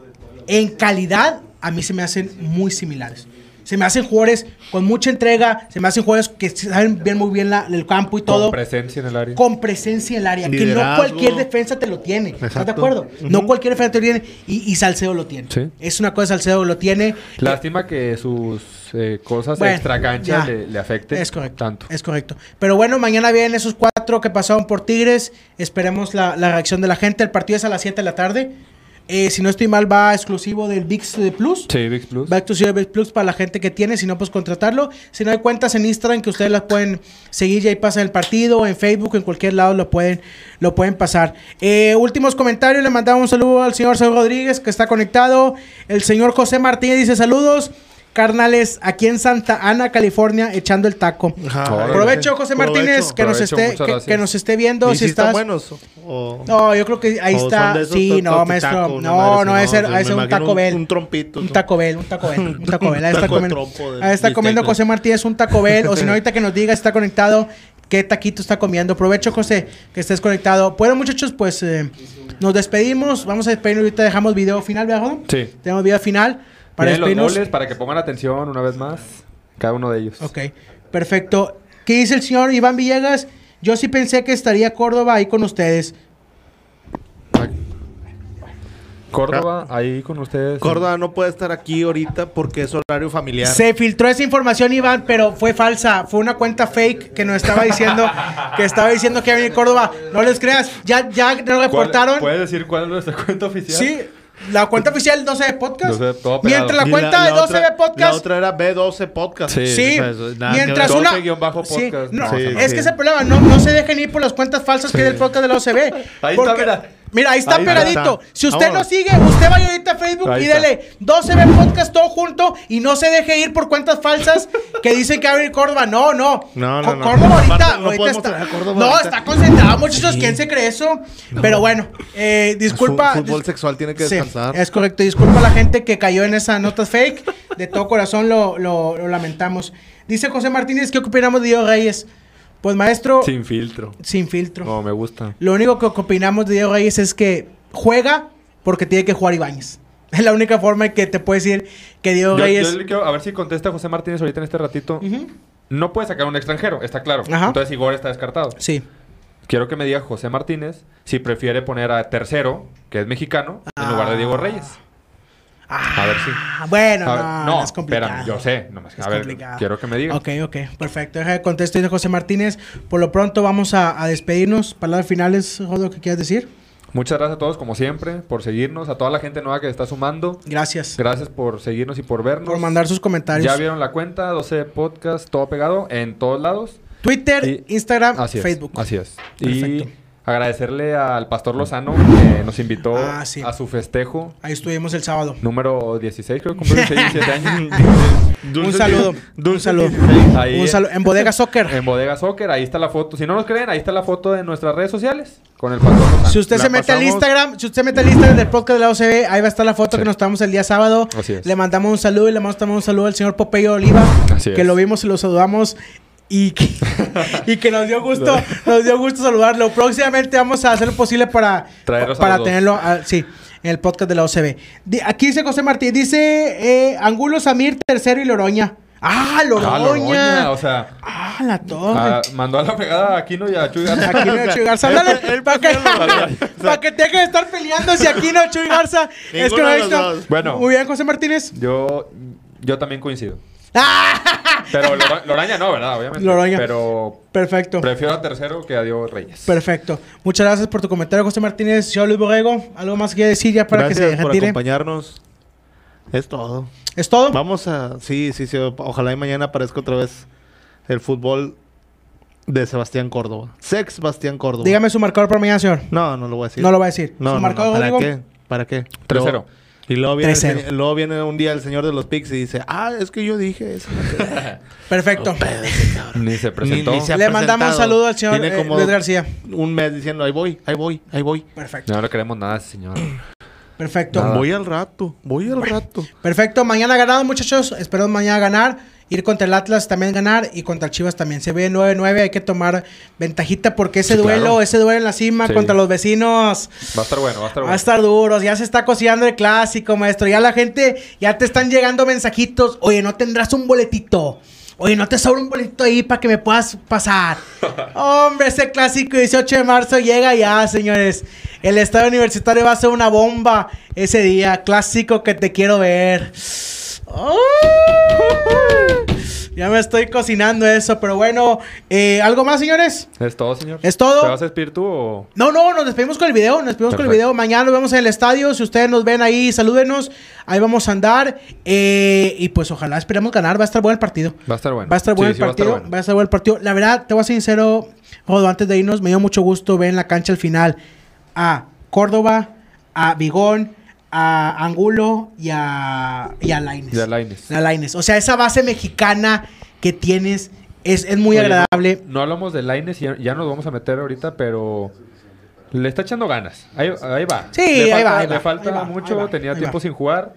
en calidad, a mí se me hacen muy similares. Se me hacen jugadores con mucha entrega, se me hacen jugadores que saben bien muy bien la- el campo y todo.
Con presencia en el área.
Con presencia en el área, que no
Liderazgo.
cualquier defensa te lo tiene. ¿Estás de
Exacto.
acuerdo? No cualquier defensa te lo tiene. Y, y Salcedo lo tiene.
Sí.
Es una cosa, Salcedo lo tiene.
Lástima que sus eh, cosas
Bueno, ya.
extracanchas le, le afecten
Es correcto.
tanto.
Es correcto. Pero bueno, mañana vienen esos cuatro que pasaron por Tigres. Esperemos la, la reacción de la gente. El partido es a las 7 de la tarde. Eh, si no estoy mal, va exclusivo del VIX de Plus.
Sí, Vix Plus.
Va exclusivo del VIX Plus para la gente que tiene. Si no, pues contratarlo. Si no hay cuentas en Instagram que ustedes las pueden seguir. Ya ahí pasa el partido. En Facebook, en cualquier lado lo pueden, lo pueden pasar. Eh, últimos comentarios. Le mandamos un saludo al señor Saúl Rodríguez que está conectado. El señor José Martínez dice saludos. Carnales, aquí en Santa Ana, California, echando el taco.
Ajá.
Órale.
Provecho, José
Provecho.
Martínez, que, nos
Provecho,
esté,
muchas
que,
gracias.
que nos esté viendo.
¿Y
Si
si están
estás...
buenos? O-
No, yo creo que ahí
o son
está.
de esos
Sí,
to-
no,
to-
maestro.
taco, una
no,
madre
no,
así,
ese
no,
ahí es
me
un
imagino
Taco
un-
Bell.
un trompito,
Un
¿no?
Taco Bell, un Taco Bell, un Taco Bell. Ahí
Un
está
taco de
comiendo,
trompo de
ahí está comiendo
bistec.
José Martínez un Taco Bell. O si no, ahorita que nos diga, si está conectado, qué taquito está comiendo. Provecho, José, que estés conectado. Bueno, muchachos, pues eh, nos despedimos. Vamos a despedirnos. Ahorita dejamos video final, ¿verdad, Jodo?
Sí.
Tenemos video final para
Miren los
despedirnos.
goles para que pongan atención una vez más. Cada uno de ellos.
Ok, perfecto. ¿Qué dice el señor Iván Villegas? Yo sí pensé que estaría Córdoba ahí con ustedes.
Córdoba, ahí con ustedes.
Córdoba no puede estar aquí ahorita porque es horario familiar.
Se filtró esa información, Iván, pero fue falsa. Fue una cuenta fake que nos estaba diciendo que estaba diciendo que iba a venir Córdoba. No les creas. Ya, ya nos
¿Cuál-
reportaron.
¿Puedes decir cuál es nuestra cuenta oficial?
Sí, la cuenta oficial 12 de podcast.
12 de- todo pegado.
Mientras la
Y
cuenta de 12
otra-
de
La
podcast.
otra era B12 Podcast.
Sí.
Sí,
O sea, eso- nada que
mientras
ver.
doce
una...
guión bajo
Sí,
podcast.
no,
No,
sí,
es
sí.
que ese problema, no, no se dejen ir por las cuentas falsas que hay del podcast de la OCB.
Ahí está,
Porque-
mira.
Mira, ahí está
Ahí está.
pegadito. Si usted
Vámonos.
no sigue, usted vaya ahorita a Facebook
Ahí
y
está.
dele 12B Podcast todo junto y no se deje ir por cuentas falsas que dicen que va a venir Córdoba. No, no.
No, no,
Co-
no.
Córdoba ahorita,
Aparte, no
ahorita
podemos traer
está.
a Córdoba
no,
ahorita.
está concentrado, muchachos. ¿Quién se cree eso? Pero bueno, eh, disculpa.
Fu- Fútbol
dis-
sexual tiene que
Sí,
descansar.
es correcto. Disculpa a la gente que cayó en esa nota fake. De todo corazón lo, lo- lo lamentamos. Dice José Martínez, ¿qué opinamos de Diego Reyes? Pues maestro,
Sin filtro.
sin filtro.
No, me gusta.
Lo único que opinamos de Diego Reyes es que juega porque tiene que jugar Ibáñez. Es la única forma en que te puedo decir que Diego
Yo,
Reyes...
yo le quiero- a ver si contesta José Martínez ahorita en este ratito.
Ujú.
No puede sacar un extranjero, está claro.
Ajá.
Entonces Igor está descartado.
Sí.
Quiero que me diga José Martínez si prefiere poner a tercero, que es mexicano, en lugar de Diego Reyes.
Ah,
A ver si.
Bueno,
A ver,
no, no, es complicado.
espérame, yo sé. no, es-
Es
a ver,
complicado.
quiero que me diga.
Ok, ok, perfecto. Deja de contestar dice José Martínez. Por lo pronto vamos a, a despedirnos. Palabras finales, Jodo, ¿qué quieres decir?
Muchas gracias a todos, como siempre, por seguirnos, a toda la gente nueva que está sumando.
Gracias
Gracias por seguirnos y por vernos.
por mandar sus comentarios.
Ya vieron la cuenta, 12 podcast, todo pegado, en todos lados.
Twitter,
Y-
Instagram,
Así es.
Ah, Facebook.
Así es.
Perfecto.
Y agradecerle al Pastor Lozano que nos invitó
Ah, sí.
a su festejo
Ahí estuvimos el sábado.
número 16, creo que cumplió 16, 17 años.
un saludo. un saludo.
Ahí
Un saludo. En Bodega Soccer.
En Bodega Soccer, ahí está la foto. Si no nos creen, ahí está la foto de nuestras redes sociales con el Pastor Lozano.
Si usted
La
se mete al
pasamos.
Instagram, si usted mete al Instagram del podcast de la OCB, ahí va a estar la foto
Sí.
que nos tomamos el día sábado.
Así es.
Le mandamos un saludo y le mandamos también un saludo al señor Popeyo Oliva,
Así
que
es.
lo vimos y lo saludamos. y que, y que nos dio gusto, nos dio gusto saludarlo. Próximamente vamos a hacer lo posible para,
Traerlos a
para
los dos.
tenerlo, ah, sí, en el podcast de la OCB. Di- aquí dice José Martí, dice eh, Angulo Samir tercero y Loroña. Ah, Loroña.
Ah,
Ah,
Loroña, o sea,
la torre.
ah, mandó a la pegada a Aquino y a Chuy Garza.
Aquí no Chuy Garza, ándale, para que, pa' que te deje de estar peleando si aquí no Chuy Garza es
Ninguno de los
correcto.
dos.
Bueno.
Muy bien, José Martínez.
Yo, yo también coincido.
¡Ah!
Pero Lora- Loraña no, ¿verdad? Obviamente.
Loraña.
Pero
Perfecto.
prefiero a tercero que a Diego Reyes.
Perfecto. Muchas gracias por tu comentario, José Martínez. Yo, Luis Borrego, algo más que decir ya para que
Gracias
se
por
retire.
acompañarnos. Es todo.
¿Es todo?
Vamos a... Sí, sí, sí. Ojalá y mañana aparezca otra vez el fútbol de Sebastián Córdoba. Sex Sebastián Córdoba.
Dígame su marcador para mañana, señor.
No, no lo voy a decir.
No lo va a decir.
No,
su
no,
marcador,
no, ¿Para
Rodrigo?
qué? ¿Para qué?
3-0.
Luego- Y luego viene, el
3-0.
señor- luego viene un día el señor de los pics y dice, ah, es que yo dije eso.
Perfecto.
Ni se presentó.
Ni- ni pues, se ha
Le mandamos
presentado.
un saludo al señor,
Tiene
eh,
como
Luis García.
Un mes diciendo, ahí voy, ahí voy, ahí voy.
Perfecto.
No le queremos nada, señor.
Perfecto.
Nada.
Voy al rato, voy al rato.
Perfecto. Mañana ganado, muchachos. Espero mañana ganar. Ir contra el Atlas también ganar y contra el Chivas también. Se ve 9-9. Hay que tomar ventajita porque ese
Sí,
duelo,
claro.
ese duelo en la cima
Sí.
contra los vecinos.
Va a estar bueno, va a estar
Va a
bueno.
estar duro, ya se está cocinando el clásico, maestro. Ya la gente, ya te están llegando mensajitos. Oye, ¿no tendrás un boletito? Oye, ¿no te sobra un boletito ahí para que me puedas pasar? Hombre, ese clásico 18 de marzo llega ya, señores. El estadio universitario va a ser una bomba ese día. Clásico que te quiero ver. ¡Ay! Ya me estoy cocinando eso, pero bueno. eh, ¿Algo más, señores?
¿Es todo, señor?
¿Es todo?
¿Te vas a despedir tú o...?
No, no, nos despedimos con el video, nos despedimos con el
Perfecto.
video. Mañana nos vemos en el estadio. Si ustedes nos ven ahí, salúdenos. Ahí vamos a andar. Eh, y pues ojalá esperemos ganar. Va a estar bueno el partido.
Va a estar bueno.
Va a estar bueno
Sí, sí,
el partido. Va a,
bueno.
estar bueno el partido. La verdad, te voy a ser sincero, Jodo, antes de irnos, me dio mucho gusto ver en la cancha al final a Córdoba, a Bigón, a Angulo y a, y a Laines.
Y a Lainez.
A Lainez. O sea, esa base mexicana que tienes es, es muy
Oye,
agradable.
No hablamos de Laines y ya, ya nos vamos a meter ahorita, pero le está echando ganas. Ahí, ahí va.
Sí,
Le
ahí
falta-
va, ahí va,
Le falta
ahí va,
mucho,
ahí va,
tenía
ahí
tiempo
va.
sin jugar,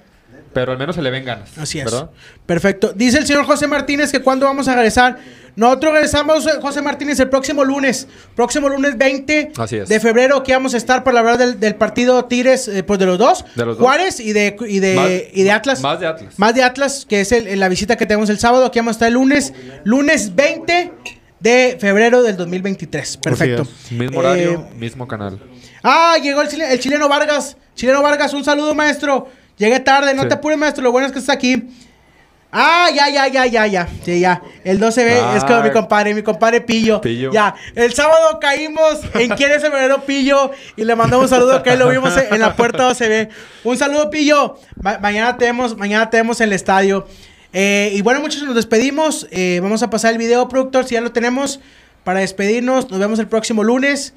pero al menos se le ven ganas.
Así es.
¿verdad?
Perfecto. Dice el señor José Martínez que cuándo vamos a regresar. Nosotros regresamos, eh, José Martínez, el próximo lunes. Próximo lunes 20
Así es.
de febrero que vamos a estar para hablar del, del partido Tigres, eh, pues de los dos.
De los dos.
Juárez y de, y de,
Más-
Eh, y de Atlas.
Más de Atlas.
Más de Atlas, que es el- la visita que tenemos el sábado. Aquí vamos a estar el lunes. Lunes 20 de febrero del 2023. Perfecto.
es.
Mismo horario,
Eh,
mismo canal.
Ah, llegó el, chile- el chileno Vargas. Chileno Vargas, un saludo, maestro. Llegué tarde, no
Sí.
te apures, maestro. Lo bueno es que estás aquí. Ah, ya, ya, ya, ya, ya. Sí, ya. El 12B es
Ah.
con mi compadre, mi compadre Pillo.
Pillo.
Ya. El sábado caímos en quién es el verdadero Pillo y le mandamos un saludo que ahí lo vimos en en la puerta 12B. Un saludo, Pillo. Ma- mañana tenemos, mañana tenemos el estadio. Eh, y bueno, muchachos, nos despedimos. Eh, vamos a pasar el video, productor, si ya lo tenemos, para despedirnos. Nos vemos el próximo lunes.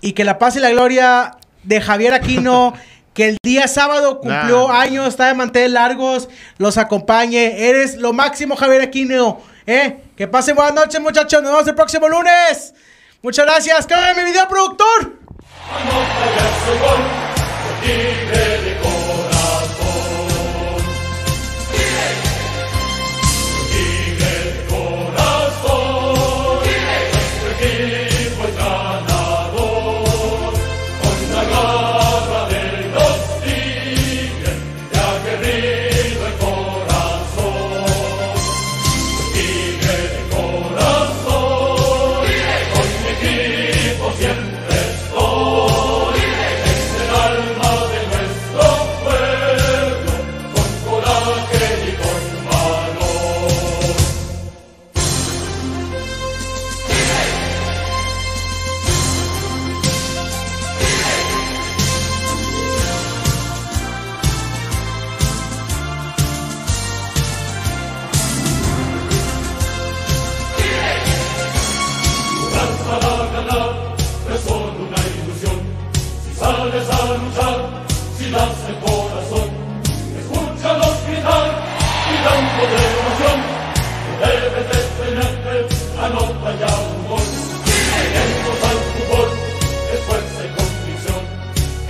Y que la paz y la gloria de Javier Aquino, que el día sábado cumplió
Nah.
años, está de manteles largos, los acompañe. Eres lo máximo, Javier Aquino. ¿eh? Que pasen buenas noches, muchachos. Nos vemos el próximo lunes. Muchas gracias. Cámbiame mi video, productor.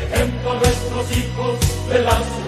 Ejemplo a nuestros hijos de la ciudad.